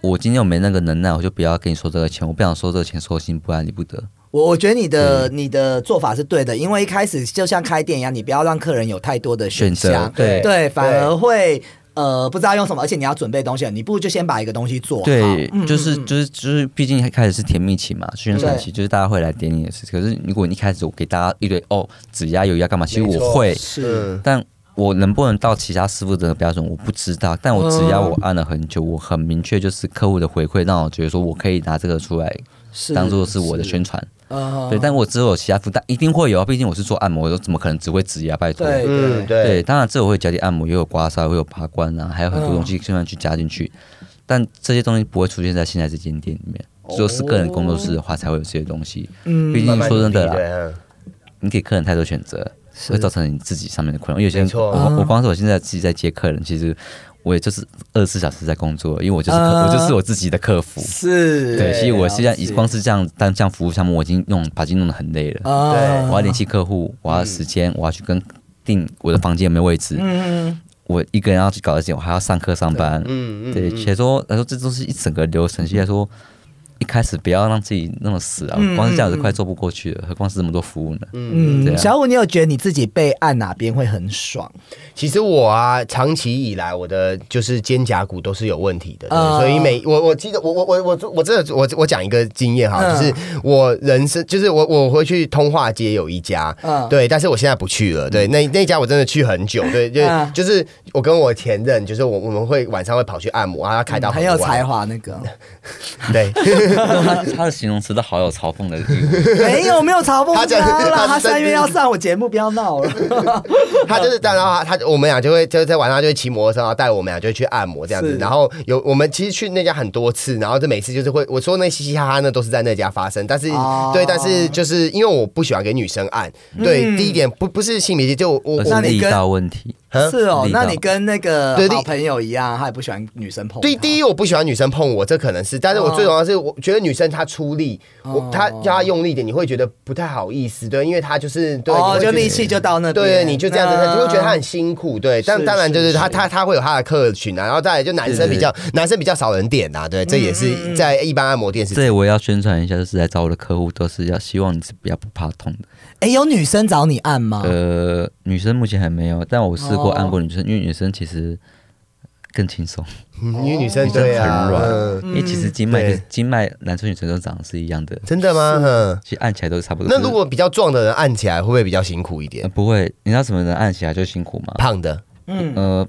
Speaker 1: 我今天我没那个能耐，我就不要跟你收这个钱，我不想收这个钱，收心不安理不得。
Speaker 2: 我我觉得你的
Speaker 1: 嗯
Speaker 2: 你的做法是对的，因为一开始就像开店一样，你不要让客人有太多的选
Speaker 1: 选择
Speaker 2: 项，
Speaker 1: 对
Speaker 2: 对，反而会呃不知道用什么，而且你要准备东西了，你不如就先把一个东西做好。
Speaker 1: 对，
Speaker 2: 嗯
Speaker 1: 就是就是就是，毕竟开始是甜蜜期嘛，宣传
Speaker 2: 对
Speaker 1: 期，就是大家会来点你的事。可是如果你一开始我给大家一堆哦，指压油压干嘛，其实
Speaker 3: 没错
Speaker 1: 我会，
Speaker 2: 是
Speaker 1: 但我能不能到其他师傅的标准，我不知道。但我只要我按了很久，我很明确就是客户的回馈，让我觉得说我可以拿这个出来
Speaker 2: 是
Speaker 1: 当做是我的宣传。
Speaker 2: 呃
Speaker 1: 对，但我只有其他负担，一定会有啊，毕竟我是做按摩，我怎么可能只会指压？拜托。
Speaker 2: 对对
Speaker 3: 嗯，
Speaker 1: 对，
Speaker 3: 对，
Speaker 1: 当然这我会脚底按摩，也有刮痧，会有拔关啊，还有很多东西慢慢去加进去。但这些东西不会出现在现在这间店里面，只有是个人工作室的话才会有这些东西。
Speaker 2: 嗯
Speaker 1: 毕
Speaker 3: 慢
Speaker 1: 竟
Speaker 3: 慢
Speaker 1: 说真的
Speaker 3: 努力
Speaker 1: 啦，
Speaker 3: 对嗯
Speaker 1: 你给客人太多选择，会造成你自己上面的困扰。因为有些
Speaker 3: 没错
Speaker 1: 我
Speaker 2: 啊
Speaker 1: 我光是我现在自己在接客人，其实我也就是二十四小时在工作，因为我就是客
Speaker 2: 啊
Speaker 1: 我就是我自己的客服。
Speaker 2: 是，
Speaker 1: 对，其实我现在
Speaker 2: 一
Speaker 1: 光是这样当这样服务项目，我已经弄把自己弄得很累了。
Speaker 2: 啊
Speaker 1: 我要联系客户，我要时间，我要去跟定我的房间有没有位置。
Speaker 2: 嗯
Speaker 1: 我一个人要去搞这些，我还要上课上班，
Speaker 3: 嗯嗯
Speaker 1: 对，且说他说这都是一整个流程，所以说一开始不要让自己那么死啊，
Speaker 2: 嗯
Speaker 1: 光是这样子快做不过去了，何况是这么多服务呢？对
Speaker 2: 嗯，
Speaker 1: 啊嗯
Speaker 2: 小五，你有觉得你自己被按哪边会很爽？
Speaker 3: 其实我啊，长期以来我的就是肩胛骨都是有问题的，对
Speaker 2: 啊
Speaker 3: 所以每我我记得我我我我我真的我我讲一个经验哈，
Speaker 2: 嗯
Speaker 3: 就是我人生就是我我会去通化街有一家，
Speaker 2: 嗯
Speaker 3: 对，但是我现在不去了，对，那那一家我真的去很久，对，就、
Speaker 2: 嗯
Speaker 3: 就是我跟我前任，就是我我们会晚上会跑去按摩，啊，他开到
Speaker 2: 嗯很有
Speaker 3: 很晚
Speaker 2: 才，华那
Speaker 1: (laughs)
Speaker 2: 个，
Speaker 3: 对， (laughs)
Speaker 1: 他他的形容词都好有嘲讽的意
Speaker 2: (laughs)
Speaker 1: 味，
Speaker 2: 没有没有嘲讽
Speaker 3: 他讲
Speaker 2: 他啦，他
Speaker 3: 他真
Speaker 2: 三月要上我节目，不要闹
Speaker 1: (laughs)
Speaker 2: 了。
Speaker 3: (laughs) 他就是，然后他他我们俩就会就是在晚上就会骑摩托车，然后带我们俩就会去按摩这样子
Speaker 2: 是。
Speaker 3: 然后有我们其实去那家很多次，然后就每次就是会我说那嘻嘻哈哈那都是在那家发生，但是、
Speaker 2: 哦
Speaker 3: 对，但是就是因为我不喜欢给女生按，
Speaker 2: 嗯
Speaker 3: 对，第一点不不是性别，就我我
Speaker 1: 而是
Speaker 2: 那你
Speaker 1: 呃力
Speaker 2: 跟
Speaker 1: 道问题。
Speaker 3: 啊
Speaker 2: (laughs) 是哦，
Speaker 1: 力道
Speaker 2: 那你跟那个
Speaker 3: 对力
Speaker 2: 好朋友一样，他也不喜欢女生碰他。
Speaker 3: 对，第一我不喜欢女生碰我，这可能是，但是我
Speaker 2: 哦
Speaker 3: 最重要的是，我觉得女生她出力，我她叫她用力一点，你会觉得不太好意思，对，因为她就是对，你
Speaker 2: 哦，
Speaker 3: 会
Speaker 2: 就
Speaker 3: 觉得
Speaker 2: 力气就到那边，
Speaker 3: 对，你就这样子，
Speaker 2: 那
Speaker 3: 你会觉得他很辛苦，对。但
Speaker 2: 是
Speaker 3: 当然就是
Speaker 2: 是
Speaker 3: 他
Speaker 2: 是
Speaker 3: 他他会有他的客群啊，然后再来就男生比较男生比较少人点啊，对，这也是在一般按摩店是。
Speaker 1: 这我也要宣传一下，就是来找我的客户都是要希望你是比较不怕痛的。
Speaker 2: 哎，有女生找你按吗？
Speaker 1: 呃，女生目前还没有，但我试过
Speaker 2: 哦
Speaker 1: 按过女生，因为女生其实更轻松，
Speaker 3: 因为女生
Speaker 1: 女生
Speaker 3: 对啊，
Speaker 1: 很软，
Speaker 3: 嗯
Speaker 1: 因为其实经脉
Speaker 3: 对
Speaker 1: 经脉男生女生都长得是一样的，
Speaker 3: 真的吗？嗯。
Speaker 1: 其实按起来都是差不多。
Speaker 3: 那如果比较壮的人按起来会不会比较辛苦一
Speaker 1: 呃
Speaker 3: 点？
Speaker 1: 不会，你知道什么人按起来就辛苦吗？
Speaker 3: 胖的
Speaker 2: 嗯
Speaker 1: 呃，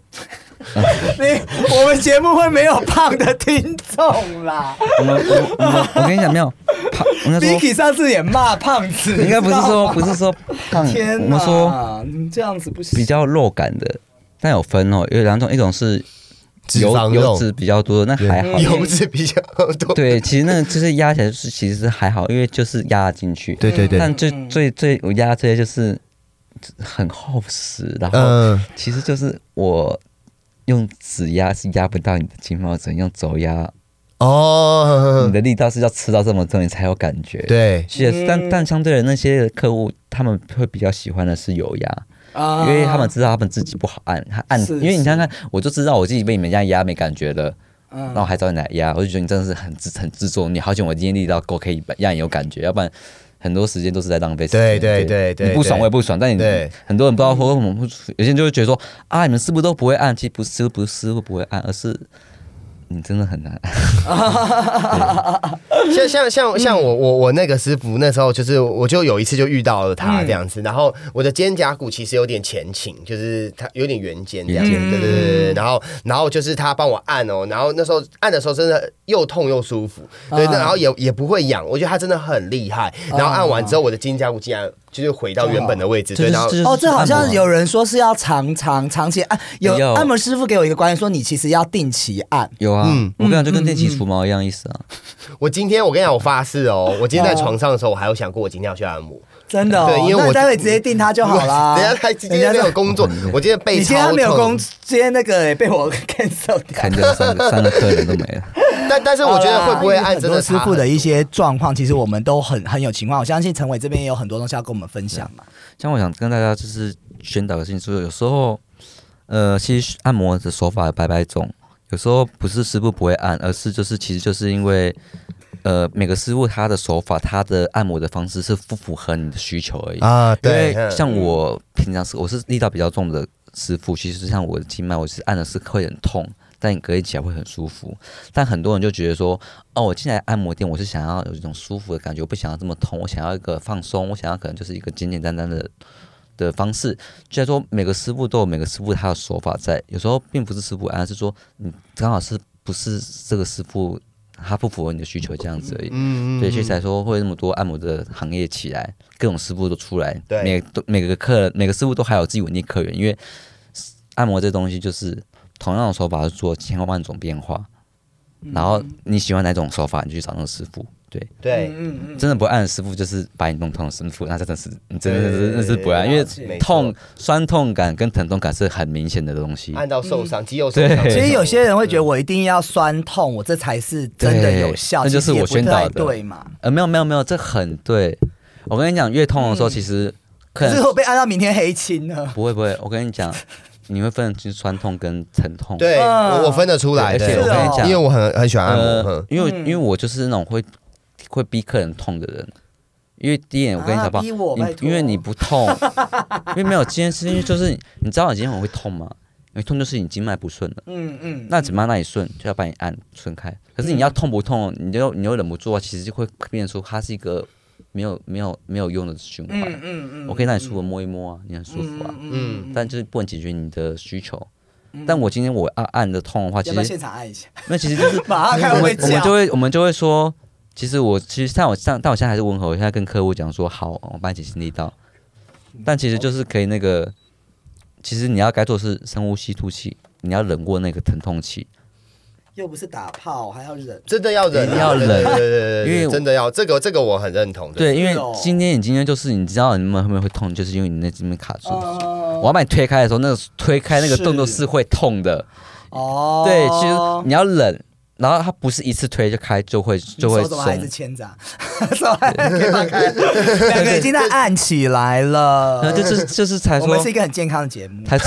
Speaker 2: 你我们节目会没有胖的听众啦。
Speaker 1: 我们我我们我跟你讲，没有胖，
Speaker 2: (laughs)
Speaker 1: 我跟你说，
Speaker 2: Vicky 上次也骂胖子，
Speaker 1: 应该不是
Speaker 2: 你知道 (laughs)
Speaker 1: 说
Speaker 2: 吗
Speaker 1: 不是说胖，
Speaker 2: 天
Speaker 1: 我
Speaker 2: 哪，
Speaker 1: 们说
Speaker 2: 你这样子不行，
Speaker 1: 比较肉感的，但有分哦，有两种，一种是
Speaker 3: 脂
Speaker 1: 油
Speaker 3: 肪
Speaker 1: 油
Speaker 3: 肉，
Speaker 1: 脂比较多的，那还好。
Speaker 3: (laughs) 油脂比较 (laughs) 多。
Speaker 1: 对，其实那个就是压起来就是其实还好，因为就是压得进去。
Speaker 3: 对对对
Speaker 1: 但最最最我压这些就是很厚实，然后
Speaker 3: 嗯，
Speaker 1: 其实就是我用指压是压不到你的经脉，只能用肘压。
Speaker 3: 哦
Speaker 1: 你，的力道是要吃到这么重，你才有感觉。，
Speaker 3: 嗯对，
Speaker 1: 是，但但相对的那些客户，他们会比较喜欢的是油压，
Speaker 2: 啊
Speaker 1: 因为他们知道他们自己不好按，他按，
Speaker 2: 是
Speaker 1: 因为你看看，我就知道我自己被你们这样压没感觉了。
Speaker 2: 嗯
Speaker 1: 然后还找你来压，我就觉得你真的是很自很自作，你好险我今天力道够，可以让你有感觉，要不然很多时间都是在浪费时间。
Speaker 3: 对对对对
Speaker 1: 你不爽
Speaker 3: 对
Speaker 1: 我也不爽，但你
Speaker 3: 对
Speaker 1: 很多人不知道为什么会，有些人就会觉得说啊，你们师傅都不会按，其实不是师傅不是师傅不会按，而是你真的很难。
Speaker 3: (laughs) 像像像像我我我那个师傅那时候就是我就有一次就遇到了
Speaker 2: 嗯
Speaker 3: 他这样子，然后我的肩胛骨其实有点前倾，就是他有点圆肩这样子，
Speaker 1: 圆
Speaker 3: 对对
Speaker 2: 嗯
Speaker 3: 对对对，然后然后就是他帮我按哦，然后那时候按的时候真的又痛又舒服，对，
Speaker 2: 啊
Speaker 3: 然后也也不会痒，我觉得他真的很厉害。
Speaker 2: 嗯
Speaker 3: 然后按完之后，我的肩胛骨竟然就是回到原本的位置，
Speaker 1: 这就是
Speaker 3: 对，然后
Speaker 1: 就是
Speaker 2: 哦，这好
Speaker 1: 按
Speaker 2: 像
Speaker 1: 摩啊
Speaker 2: 有人说是要常常长期按，啊有
Speaker 1: 要
Speaker 2: 按摩师傅给我一个观念，说你其实要定期按。
Speaker 1: 有啊，
Speaker 3: 嗯
Speaker 1: 我跟你讲，就跟电器除毛一样意思啊。
Speaker 3: 我今天我跟你讲，我发誓哦，我今天在
Speaker 2: 嗯
Speaker 3: 床上的时候，我还有想过我今天要去按摩。
Speaker 2: 真的、哦，
Speaker 3: 对因为
Speaker 2: 那你
Speaker 3: 我
Speaker 2: 待会直接定他就好
Speaker 3: (laughs)
Speaker 2: 啦。嗯
Speaker 3: 人家他今天没有工作，我今天背
Speaker 2: 你今天
Speaker 3: 超
Speaker 2: 没有工
Speaker 3: 痛。，
Speaker 2: 今天那个也被我 (laughs) cancel 掉
Speaker 1: 看。这三个三个客人都没了，
Speaker 3: 但但是我觉得会不会按
Speaker 2: 很
Speaker 3: 真
Speaker 2: 多
Speaker 3: 的
Speaker 2: 师
Speaker 3: 差
Speaker 2: 傅
Speaker 3: 很
Speaker 2: 的一些状况，其实我们都很很有情况。我相信陈伟这边也有很多东西要跟我们分享嘛。
Speaker 1: 像我想跟大家就是宣导的事情，就是有时候，呃，其实按摩的手法百百种，有时候不是师傅不会按，而是就是其实就是因为，呃，每个师傅他的手法、他的按摩的方式是不符合你的需求而已。
Speaker 3: 啊？
Speaker 1: 因为
Speaker 3: 对，嗯
Speaker 1: 像我平常是我是力道比较重的师傅，其实像我的经脉，我是按的是会很痛，但你隔一起来会很舒服。但很多人就觉得说，哦，我进来按摩店，我是想要有一种舒服的感觉，我不想要这么痛，我想要一个放松，我想要可能就是一个简简单单的。的方式，虽然说每个师傅都有每个师傅他的手法在，有时候并不是师傅按，而是说你刚好是不是这个师傅他不符合你的需求这样子而已。
Speaker 3: 嗯
Speaker 1: 对，所以才说会有那么多按摩的行业起来，各种师傅都出来，
Speaker 3: 对
Speaker 1: 每都每个客人每个师傅都还有自己稳定客源，因为按摩这东西就是同样的手法是做千万种变化，
Speaker 3: 嗯
Speaker 1: 然后你喜欢哪种手法，你就去找那个师傅。对，
Speaker 3: 对，
Speaker 2: 嗯嗯，
Speaker 1: 真的不按的师傅就是把你弄痛的师傅，那真的是你真的是
Speaker 3: 对
Speaker 1: 那是不按，因
Speaker 3: 了
Speaker 1: 为
Speaker 3: 解没错
Speaker 1: 痛酸痛感跟疼痛感是很明显的东西。
Speaker 3: 按到受伤，肌肉受伤。
Speaker 1: 对嗯
Speaker 2: 其实有些人会觉得我一定要酸痛，我这才是真的有效，
Speaker 1: 对那就是
Speaker 2: 其实也
Speaker 1: 我
Speaker 2: 不
Speaker 1: 宣导的
Speaker 2: 太对嘛。
Speaker 1: 呃，没有没有没有，这很对。我跟你讲，越痛的
Speaker 3: 嗯
Speaker 1: 时候，其实客
Speaker 2: 可
Speaker 1: 人
Speaker 2: 是我被按到明天黑青了。
Speaker 1: 不会不会，我跟你
Speaker 3: (laughs)
Speaker 1: 讲，你会分得清酸痛跟疼痛。
Speaker 3: 对，我我分得出来，
Speaker 1: 对而
Speaker 3: 对
Speaker 1: 且我
Speaker 2: 嗯是
Speaker 1: 跟
Speaker 2: 哦
Speaker 1: 你讲，
Speaker 3: 因为我很很喜欢按摩。
Speaker 1: 呃
Speaker 3: 嗯，
Speaker 1: 因为因为我就是那种会会逼客人痛的人。因为第一眼我跟你
Speaker 2: 啊
Speaker 1: 讲吧，
Speaker 2: 逼我拜
Speaker 1: 你
Speaker 2: 托
Speaker 1: 因为你不
Speaker 3: (laughs)
Speaker 1: 痛，因为没有这件事情，就是你知道你今天很会痛吗？你痛就是你经脉不顺了，
Speaker 2: 嗯嗯，
Speaker 1: 那怎么样让你顺，就要把你按顺开。可是你要痛不痛，你就你又忍不住啊，其实就会变成说它是一个没有没有没有用的循环。
Speaker 2: 嗯嗯嗯，
Speaker 1: 我可以让你舒服摸一摸啊，你很舒服啊，
Speaker 3: 嗯
Speaker 1: 但就是不能解决你的需求。但我今天我按按的痛的话，其
Speaker 2: 嗯要不要
Speaker 1: 实
Speaker 2: 现场按一下？
Speaker 1: 那其实就是
Speaker 2: (laughs) 马上开
Speaker 1: 嗯我
Speaker 2: 会
Speaker 1: 们
Speaker 2: 被
Speaker 1: 我们
Speaker 2: 讲
Speaker 1: 就会我们就会说，其实我其实像我像但我现在还是温和，我现在跟客户讲说好，我帮你减轻力道，但其实就是可以那个，其实你要该做的是深呼吸吐气，你要忍过那个疼痛期，
Speaker 2: 又不是打炮，还要忍。
Speaker 3: 真的要忍啊，
Speaker 1: 一定要忍
Speaker 3: 对对对对
Speaker 1: 因
Speaker 3: 对
Speaker 1: 为
Speaker 3: 对，
Speaker 1: 我
Speaker 3: 真的要这个这个我很认同。 (laughs)
Speaker 1: 对，因为
Speaker 2: 是哦
Speaker 1: 今天你今天就是你知道你们后面会痛，就是因为你那这边卡住，
Speaker 2: 哦
Speaker 1: 我要把你推开的时候，那个推开那个动作
Speaker 2: 是
Speaker 1: 是会痛的，
Speaker 2: 哦，
Speaker 1: 对，其实你要忍。然后它不是一次推就开，就会就会
Speaker 2: 你手怎么还
Speaker 1: 松
Speaker 2: 是。牵着、啊？ (laughs) 手还可以放开，两个已经在按起来
Speaker 1: 那
Speaker 2: 了。
Speaker 1: 就是就是才
Speaker 2: 我
Speaker 1: 说
Speaker 2: 们是一个很健康的节目。 (laughs)
Speaker 1: 才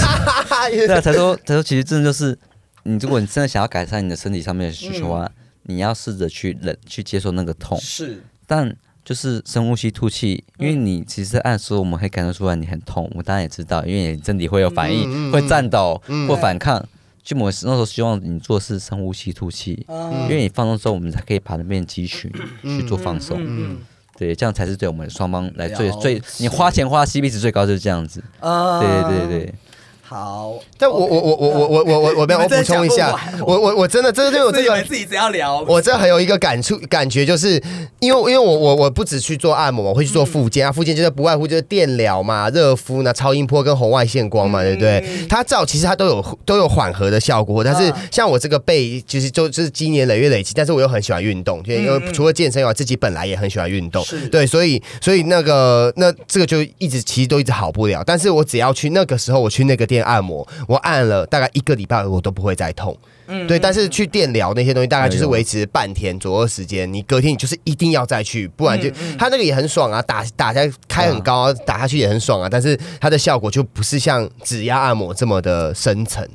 Speaker 3: 对
Speaker 1: 对啊，才说才说，其实真的就是你，如果你真的想要改善你的身体上面的需求
Speaker 2: 嗯
Speaker 1: 啊，你要试着去忍，去接受那个痛，
Speaker 2: 是，
Speaker 1: 但就是深呼吸、吐气，因为你其实在按的时候，我们可以感受出来你很痛，我当然也知道，因为你身体会有反应，
Speaker 3: 嗯嗯嗯
Speaker 1: 会颤抖、
Speaker 3: 嗯
Speaker 1: 或反抗。就我那时候希望你做的是深呼吸、吐气，嗯
Speaker 3: 嗯
Speaker 1: 因为你放松之后，我们才可以把那边的肌群去做放松。
Speaker 2: 嗯
Speaker 1: 对，这样才是对我们双方来最
Speaker 2: 了
Speaker 1: 最，你花钱花 CP 值最高就是这样子。
Speaker 3: 啊
Speaker 2: 呃
Speaker 1: 对对对。
Speaker 3: 嗯
Speaker 2: 好，
Speaker 3: 但我我我我我我我我我没有，
Speaker 2: 你们真
Speaker 3: 我补
Speaker 2: 的
Speaker 3: 充一
Speaker 2: (laughs)
Speaker 3: 下
Speaker 2: 讲，不
Speaker 3: 我
Speaker 2: 完
Speaker 3: 我我真的真的对
Speaker 2: 所
Speaker 3: 我这
Speaker 2: 以你们
Speaker 3: 个。
Speaker 2: 自己只要聊。
Speaker 3: 我这很有一个感触感觉，就是因为因为我我我不只去做按摩，我会去做复健啊，复健就是不外乎就是电疗嘛、热敷呢、超音波跟红外线光嘛，对不对？它照其实它都有都有缓和的效果，但是
Speaker 2: 嗯
Speaker 3: 像我这个背，其实就就是今年累月累积，但是我又很喜欢运动，就因为除了健身以外，自己本来也很喜欢运动
Speaker 2: 是，
Speaker 3: 对，所以所以那个那这个就一直其实都一直好不了，但是我只要去那个时候我去那个店按摩，我按了大概一个礼拜，我都不会再痛。对，但是去电疗那些东西大概就是维持半天左右时间，你隔天你就是一定要再去，不然就它那个也很爽啊，打打下开很高、啊，打下去也很爽啊，但是它的效果就不是像指压按摩这么的深层，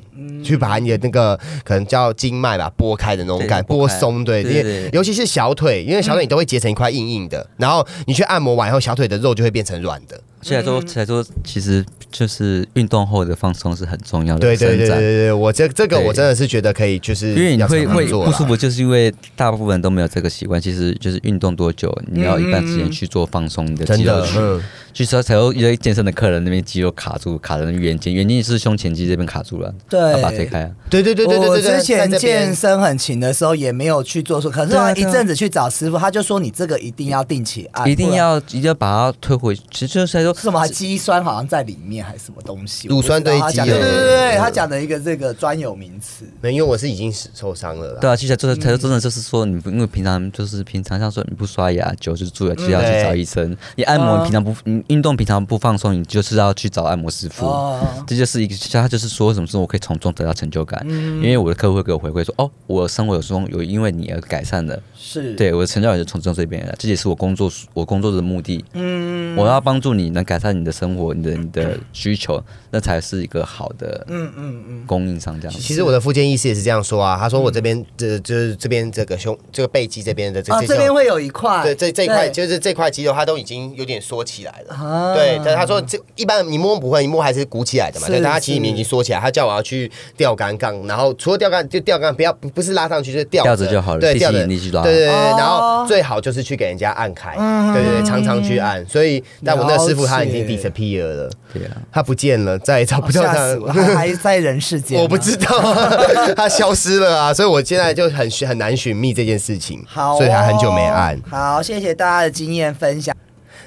Speaker 3: 去把你的那个可能叫经脉吧拨开的那种
Speaker 1: 对
Speaker 3: 感，拨
Speaker 1: 拨开
Speaker 3: 松，对，因
Speaker 1: 对对对
Speaker 3: 为尤其是小腿，因为小腿你都会结成一块硬硬的，然后你去按摩完以后，小腿的肉就会变成软的，
Speaker 1: 所以来说，才说其实就是运动后的放松是很重要的
Speaker 3: 对对
Speaker 1: 伸
Speaker 3: 对对
Speaker 1: 展。
Speaker 3: 对，我这这个
Speaker 1: 对
Speaker 3: 我真的是觉得可以，就是
Speaker 1: 因为你
Speaker 3: 要
Speaker 1: 会
Speaker 3: 常
Speaker 1: 会
Speaker 3: 做啦啊
Speaker 1: 不舒服，就是因为大部分人都没有这个习惯。其实就是运动多久，你要一段时间去做放松你的
Speaker 3: 真
Speaker 1: 肌肉
Speaker 3: 的，
Speaker 1: 群。
Speaker 3: 嗯，
Speaker 1: 去说才有一些健身的客人那边肌肉卡住，卡在那边圆肩，圆肩是胸前肌这边卡住了，
Speaker 2: 对
Speaker 1: 要把它推开啊。
Speaker 3: 对对对对对
Speaker 2: 我
Speaker 3: 对对，
Speaker 2: 之前
Speaker 3: 在这边
Speaker 2: 健身很勤的时候也没有去做出，可是
Speaker 1: 对啊
Speaker 2: 我一
Speaker 1: 对啊
Speaker 2: 阵子去找师傅，他就说你这个一定要定期按，
Speaker 1: 一定
Speaker 2: 哎不嗯然
Speaker 1: 要一定要把它推回去。其实就是在说
Speaker 2: 是什么肌酸好像在里面还是什么东西，
Speaker 3: 乳酸堆积
Speaker 2: 我不知道他讲的
Speaker 3: 有
Speaker 2: 对对对，对他讲的一个这个专有名词。
Speaker 3: 没，因为我是已经受伤了啦。
Speaker 1: 对啊，其实就是
Speaker 2: 嗯
Speaker 1: 他就真的就是说，你不因为平常就是平常像说你不刷牙，久就是蛀牙，就是要去找医生。你按摩
Speaker 2: 嗯
Speaker 1: 平常不，你运动平常不放松，你就是要去找按摩师傅
Speaker 2: 哦。
Speaker 1: 这就是一个，他就是说什么时候我可以从中得到成就感，因为我的客户会给我回馈说，哦，我生活有中有因为你而改善的，
Speaker 2: 是，
Speaker 1: 对我的成就感就从中这边来，这也是我工作我工作的目的。嗯，我要帮助你能改善你的生活，你的你的需求，那才是一个好的嗯嗯嗯供应商这样子。
Speaker 3: 其实我的复健医师也是这样说啊，他说我这边这就是这边这个胸这个背肌这边的这
Speaker 1: 啊
Speaker 2: 哦，这边会有一块，
Speaker 3: 对这这一块
Speaker 2: 对
Speaker 3: 就是这块肌肉，它都已经有点缩起来了。
Speaker 2: 啊
Speaker 3: 对，但他说这一般你摸不会，你摸还是鼓起来的嘛。
Speaker 2: 是
Speaker 3: 但它其实里面已经缩起来，他叫我要去吊杆杠，然后除了吊杆就吊杆，不要不不是拉上去，就是吊
Speaker 1: 吊着就好了
Speaker 3: 对，
Speaker 1: 地心
Speaker 3: 吊着
Speaker 1: 引力去拉
Speaker 3: 对对对，
Speaker 2: 哦嗯
Speaker 3: 然后最好就是去给人家按开，对对对，常常去按。所以，但我那个师傅他已经
Speaker 2: 了解哦
Speaker 3: disappear 了，
Speaker 1: 对啊，
Speaker 3: 他不见了，再也找不到
Speaker 2: 吓
Speaker 3: 他
Speaker 2: 死
Speaker 3: (laughs) 了。
Speaker 2: 我，还还在人世间，
Speaker 3: 我不。知道、 (laughs) 他消失了啊，所以我现在就很寻很难寻觅这件事情，
Speaker 2: 好、哦，
Speaker 3: 所以他很久没按。
Speaker 2: 好，谢谢大家的经验分享。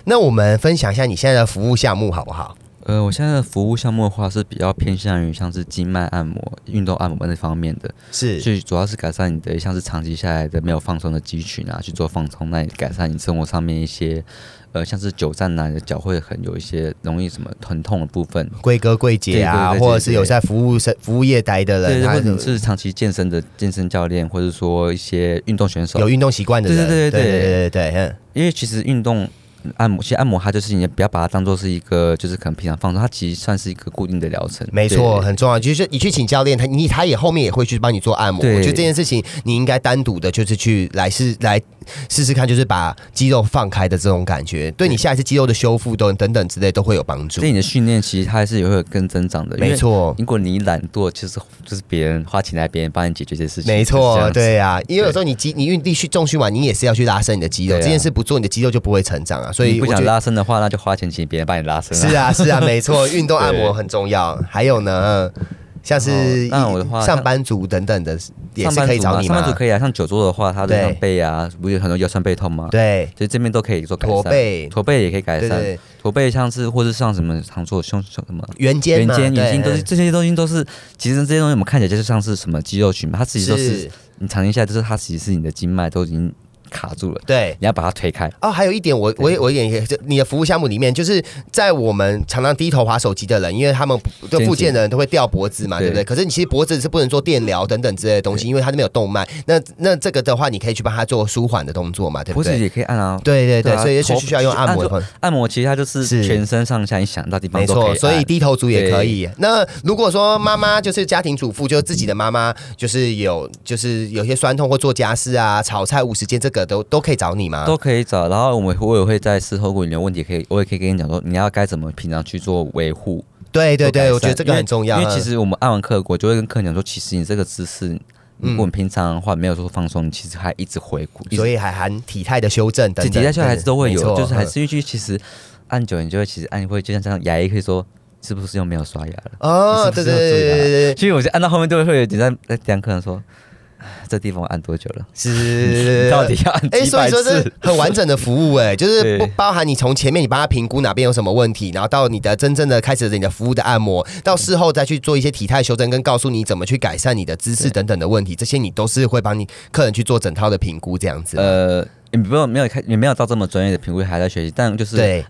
Speaker 3: 那我们分享一下你现在的服务项目好不好？
Speaker 1: 呃，我现在的服务项目的话是比较偏向于像是经脉按摩、运动按摩那方面的，
Speaker 3: 是
Speaker 1: 去主要是改善你的像是长期下来的没有放松的肌群啊，去做放松，那也改善你生活上面一些，呃，像是久站啊，你的脚会很有一些容易什么疼痛的部分。
Speaker 3: 贵哥贵姐
Speaker 1: 对
Speaker 3: 啊，
Speaker 1: 对对对
Speaker 3: 或者是有在服务生服务业待的人，啊
Speaker 1: 对，
Speaker 3: 他
Speaker 1: 或者你是长期健身的健身教练，或者说一些运动选手
Speaker 3: 有，运动习惯的人，
Speaker 1: 对对对
Speaker 3: 对对
Speaker 1: 对
Speaker 3: 对对对嗯，
Speaker 1: 因为其实运动嗯按摩，其实按摩它就是你不要把它当做是一个，就是可能平常放松，它其实算是一个固定的疗程。
Speaker 3: 没错，
Speaker 1: 对
Speaker 3: 很重要。就是你去请教练，他你他也后面也会去帮你做按摩。
Speaker 1: 对
Speaker 3: 我觉得这件事情你应该单独的，就是去来试来试试看，就是把肌肉放开的这种感觉，对你下一次肌肉的修复等等等之类都会有帮助
Speaker 1: 对。你的训练，其实它还是也会有更增长的。因为
Speaker 3: 没错
Speaker 1: 如果你懒惰，就是就是别人花钱来别人帮你解决这些事情。
Speaker 3: 没
Speaker 1: 就是这
Speaker 3: 错，
Speaker 1: 样子
Speaker 3: 对啊，因为有时候你肌你运力去重训完，你也是要去拉伸你的肌肉，
Speaker 1: 对啊
Speaker 3: 这件事不做，你的肌肉就不会成长啊。所
Speaker 1: 你
Speaker 3: 以
Speaker 1: 不
Speaker 3: 我觉
Speaker 1: 想
Speaker 3: 得
Speaker 1: 拉伸的话，那就花钱请别人帮你拉伸、
Speaker 3: 是，啊是啊，
Speaker 1: (laughs)
Speaker 3: 没错，运动按摩很重要。还有呢，像是
Speaker 1: 然后那我的话
Speaker 3: 上班族等等的也
Speaker 1: 上
Speaker 3: 是
Speaker 1: 班
Speaker 3: 可以
Speaker 1: 族
Speaker 3: 找
Speaker 1: 嘛，
Speaker 3: 你
Speaker 1: 上班族
Speaker 3: 吗？
Speaker 1: 可以啊，像久坐的话，它的
Speaker 3: 对
Speaker 1: 像背啊，不是有很多腰酸背痛吗？。
Speaker 3: 对，
Speaker 1: 所以这边都可以做改善，
Speaker 3: 驼背
Speaker 1: 驼背也可以改
Speaker 3: 对
Speaker 1: 善
Speaker 3: 对对，
Speaker 1: 驼背像是或是像什么常做胸胸什么
Speaker 3: 圆肩
Speaker 1: 圆
Speaker 3: 嘛，
Speaker 1: 肩、
Speaker 3: 对
Speaker 1: 眼睛都是这些东西都是，其实这些东西我们看起来就是像是什么肌肉群嘛，它其实都是
Speaker 3: 是
Speaker 1: 你长期下来，就是它其实是你的经脉都已经卡住了，
Speaker 3: 对。
Speaker 1: 你要把它推开。
Speaker 3: 哦，还有一点，我我我也也，你的服务项目里面，就是在我们常常低头划手机的人，因为他们
Speaker 1: 肩
Speaker 3: 就
Speaker 1: 颈
Speaker 3: 附件的人都会掉脖子嘛，对
Speaker 1: 对
Speaker 3: 不对？可是你其实脖子是不能做电疗等等之类的东西，因为它那边有动脉。那那这个的话，你可以去帮他做舒缓的动作嘛，对不
Speaker 1: 脖子
Speaker 3: 对？
Speaker 1: 也可以按啊，
Speaker 3: 对对对，
Speaker 1: 啊
Speaker 3: 所以也许
Speaker 1: 头
Speaker 3: 需要用按摩的方
Speaker 1: 按就按摩其实它就是
Speaker 3: 是
Speaker 1: 全身上下你想到的地方
Speaker 3: 没
Speaker 1: 都可以
Speaker 3: 错，
Speaker 1: 按。
Speaker 3: 所以低头族也可以。那如果说妈妈就是家庭主妇，就是自己的妈妈，就是有就是有些酸痛或做家事啊、炒菜无时间，这个都都可以找你吗？
Speaker 1: 都可以找。然后我们我也会在事后，如果你有问题，可以我也可以跟你讲说你要该怎么平常去做维护。
Speaker 3: 对对对，
Speaker 1: 做改善
Speaker 3: 我觉得这个很重要。
Speaker 1: 因为因为其
Speaker 3: 嗯
Speaker 1: 实我们按完课，我就会跟客人讲说，其实你这个姿势。如果你平常的话没有说放松，你其实还一直回顾，一直
Speaker 3: 嗯所以还含体态的修正等
Speaker 1: 体
Speaker 3: 等，
Speaker 1: 体在下还是都会
Speaker 3: 没
Speaker 1: 有，
Speaker 3: 错
Speaker 1: 就是还
Speaker 3: 嗯
Speaker 1: 是因为其实按久，你就会其实按会就像这样，牙医可以说是不是又没有刷牙了？
Speaker 3: 哦，
Speaker 1: 你
Speaker 3: 对
Speaker 1: 是不是
Speaker 3: 对对
Speaker 1: 要注意
Speaker 3: 对
Speaker 1: 啊
Speaker 3: 对对，
Speaker 1: 其实我就按到后面都会有点在在讲客人说，唉这地方我按多久了？
Speaker 3: 是
Speaker 1: 到底 (laughs) 要按
Speaker 3: 哎，
Speaker 1: 几
Speaker 3: 所以
Speaker 1: 百
Speaker 3: 说这
Speaker 1: 次
Speaker 3: 是？很完整的服务，
Speaker 1: (laughs)
Speaker 3: 哎，就是
Speaker 1: 对
Speaker 3: 不包含你从前面你帮他评估哪边有什么问题，然后到你的真正的开始你的服务的按摩，到事后再去做一些体态修正，跟告诉你怎么去改善你的姿势等等的问题，这些你都是会帮你客人去做整套的评估这样子。
Speaker 1: 呃，你不用没有开，你没有到这么专业的评估，还在学习，但就是
Speaker 3: 对，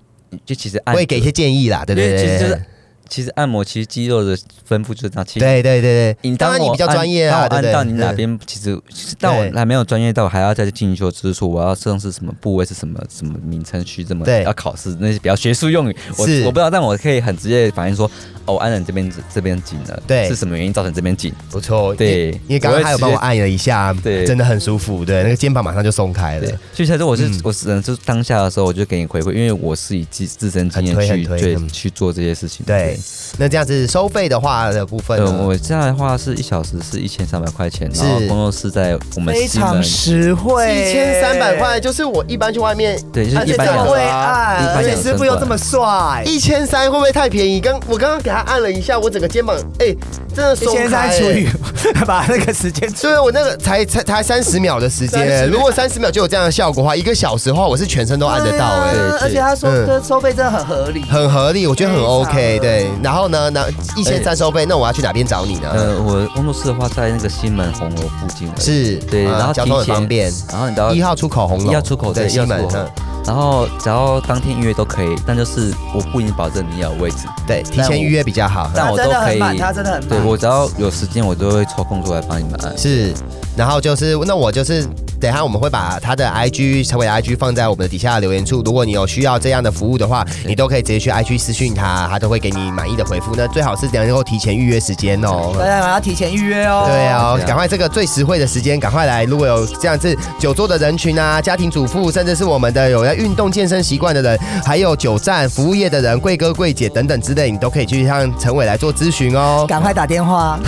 Speaker 1: 就其实按
Speaker 3: 我也给一些建议啦，对不
Speaker 1: 因为
Speaker 3: 对？
Speaker 1: 其实就是
Speaker 3: 对
Speaker 1: 其实按摩其实肌肉的分布就是这样。其实
Speaker 3: 对对对对，
Speaker 1: 你
Speaker 3: 当
Speaker 1: 当
Speaker 3: 然
Speaker 1: 我
Speaker 3: 你比较
Speaker 1: 按
Speaker 3: 专业啊，对
Speaker 1: 当
Speaker 3: 不
Speaker 1: 我
Speaker 3: 对？
Speaker 1: 按到你哪
Speaker 3: 嗯
Speaker 1: 边，其实但我还没有专业到，还要再去进修，就是说我要上是什么部位是什么什么名称区，这么
Speaker 3: 对
Speaker 1: 要考试那些比较学术用语，我
Speaker 3: 是
Speaker 1: 我不知道，但我可以很直接地反映说，哦，我按了你这边这边紧了，
Speaker 3: 对
Speaker 1: 是什么原因造成这边紧？
Speaker 3: 不错，
Speaker 1: 对
Speaker 3: 因为因为刚刚还有帮我按了一下，
Speaker 1: 对
Speaker 3: 真的很舒服，对，那个肩膀马上就松开
Speaker 1: 对
Speaker 3: 了，，
Speaker 1: 所以才说我是、
Speaker 3: 嗯
Speaker 1: 我只能就是当下的时候，我就给你回馈，因为我是以自自身经验
Speaker 3: 很推很
Speaker 1: 去
Speaker 3: 推
Speaker 1: 对
Speaker 3: 嗯
Speaker 1: 去做这些事情。
Speaker 3: 对。那这样子收费的话的部分
Speaker 1: 呃，
Speaker 3: 呢，
Speaker 1: 我这样的话是一小时是一千三百块钱，然后
Speaker 3: 是
Speaker 1: 工作室在我们
Speaker 2: 非
Speaker 1: 西门
Speaker 2: 常实惠，
Speaker 3: 一千三百块，就是我一般去外面
Speaker 1: 对，就
Speaker 2: 而
Speaker 1: 是啊
Speaker 2: 且
Speaker 1: 一
Speaker 2: 这
Speaker 1: 般
Speaker 2: 么
Speaker 1: 两
Speaker 2: 会
Speaker 3: 啊
Speaker 1: 一
Speaker 2: 按，
Speaker 1: 般
Speaker 2: 而且
Speaker 1: 两
Speaker 2: 师
Speaker 1: 升
Speaker 2: 傅又
Speaker 1: 管
Speaker 2: 这么帅，
Speaker 3: 一千三，会不会太便宜？刚我刚刚给他按了一下，我整个肩膀，哎、真的
Speaker 2: 一
Speaker 3: 松
Speaker 2: 千三
Speaker 3: 开、欸。
Speaker 2: 除以 (laughs) 把那个时间除
Speaker 3: 对，我那个才才才三十秒的时间、
Speaker 2: 30秒
Speaker 3: 如果三十秒就有这样的效果的话，一个小时的话，我是全身都按得到、哎、
Speaker 2: 对
Speaker 1: 对
Speaker 2: 啊而且他说
Speaker 3: 嗯
Speaker 2: 的收费真的很合理，
Speaker 3: 很合理，我觉得很
Speaker 2: 非常
Speaker 3: OK。对，然后呢，那一千三收费，那我要去哪边找你呢？
Speaker 1: 呃，我工作室的话在那个西门红楼附近而已
Speaker 3: 是，
Speaker 1: 对，
Speaker 3: 呃
Speaker 1: 然后
Speaker 3: 交
Speaker 1: 提
Speaker 3: 通很
Speaker 1: 前
Speaker 3: 方便。
Speaker 1: 然后你到
Speaker 3: 一号出口红楼，
Speaker 1: 一号出口
Speaker 3: 对，
Speaker 1: 对，一
Speaker 3: 西
Speaker 1: 号
Speaker 3: 门
Speaker 1: 出，口
Speaker 3: 嗯，
Speaker 1: 然后只要当天预约都可以，但就是我不一定保证你要有位置，
Speaker 3: 对，提
Speaker 1: 但
Speaker 3: 前
Speaker 1: 我
Speaker 3: 预约比较好。
Speaker 1: 但我
Speaker 2: 他
Speaker 1: 都
Speaker 2: 真的
Speaker 1: 可
Speaker 2: 很
Speaker 1: 以
Speaker 2: 满，他真的很满，
Speaker 1: 对我只要有时间，我都会抽空出来帮你们按。
Speaker 3: 是，然后就是那我就是等一下我们会把他的 IG 陈伟的 IG 放在我们的底下的留言处，如果你有需要这样的服务的话，你都可以直接去 IG 私讯他，他都会给你满意的回复。那最好是能够提前预约时间哦。
Speaker 2: 大家啊要提前预约哦。
Speaker 3: 对
Speaker 1: 啊
Speaker 3: 哦，赶快这个最实惠的时间，赶快来！如果有这样子久坐的人群啊，家庭主妇，甚至是我们的有在运动健身习惯的人，还有久站服务业的人、贵哥贵姐等等之类，你都可以去向陈伟来做咨询哦。
Speaker 2: 赶快打电话。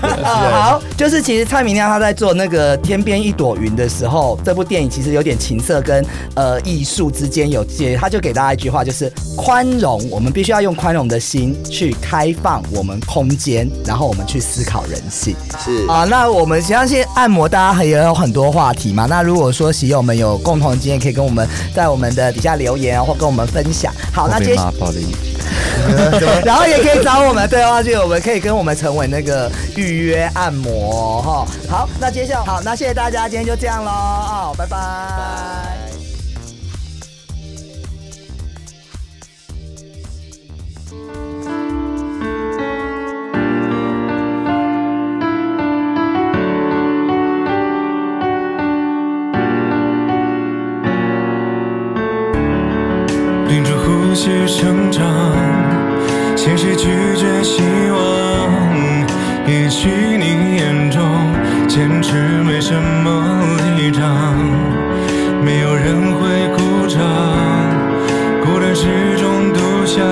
Speaker 2: 啊，好，就是其实蔡明亮他在做那个《天边一朵云》的时候，这部电影其实有点情色跟呃艺术之间有界，他就给大家一句话，就是宽容，我们必须要用宽容的心去开放我们空间，然后我们去思考人性。
Speaker 3: 是
Speaker 2: 啊，那我们相信按摩大家也有很多话题嘛。那如果说喜友们有共同的经验，可以跟我们在我们的底下留言啊，或跟我们分享。好，
Speaker 1: 我
Speaker 2: 那
Speaker 1: 被
Speaker 2: 接
Speaker 1: 骂爆的一集，
Speaker 2: 然后也可以找我们对话剧，我们可以跟我们成为那个预约按摩哈、好，那接下来好，那谢谢大家，今天就这样喽，哦，拜拜
Speaker 5: 屏住呼吸成长，谁谁拒绝希望？也许你眼中坚持没什么立场，没有人会鼓掌，孤单是种独享，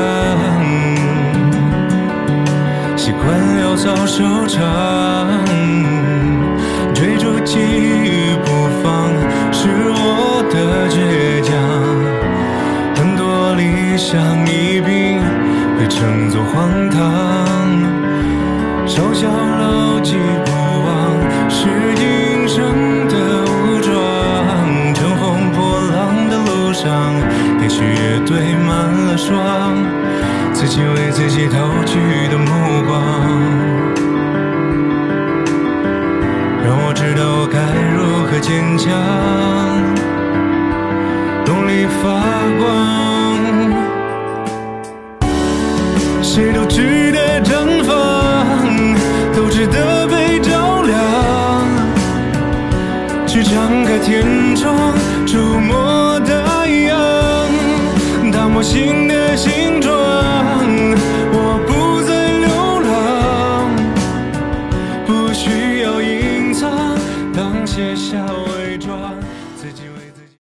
Speaker 5: 习惯潦草收场，追逐记忆不放是我的倔强。很多理想一并被称作荒唐，嘲笑牢记不忘是今生的武装。乘风破浪的路上，也许也堆满了霜，自己为自己投去的目光。让我知道我该如何坚强。努力发光，谁都值得绽放，都值得被照亮。去敞开天窗，触摸太阳，打磨新的形状。我不再流浪，不需要隐藏，当卸下伪装。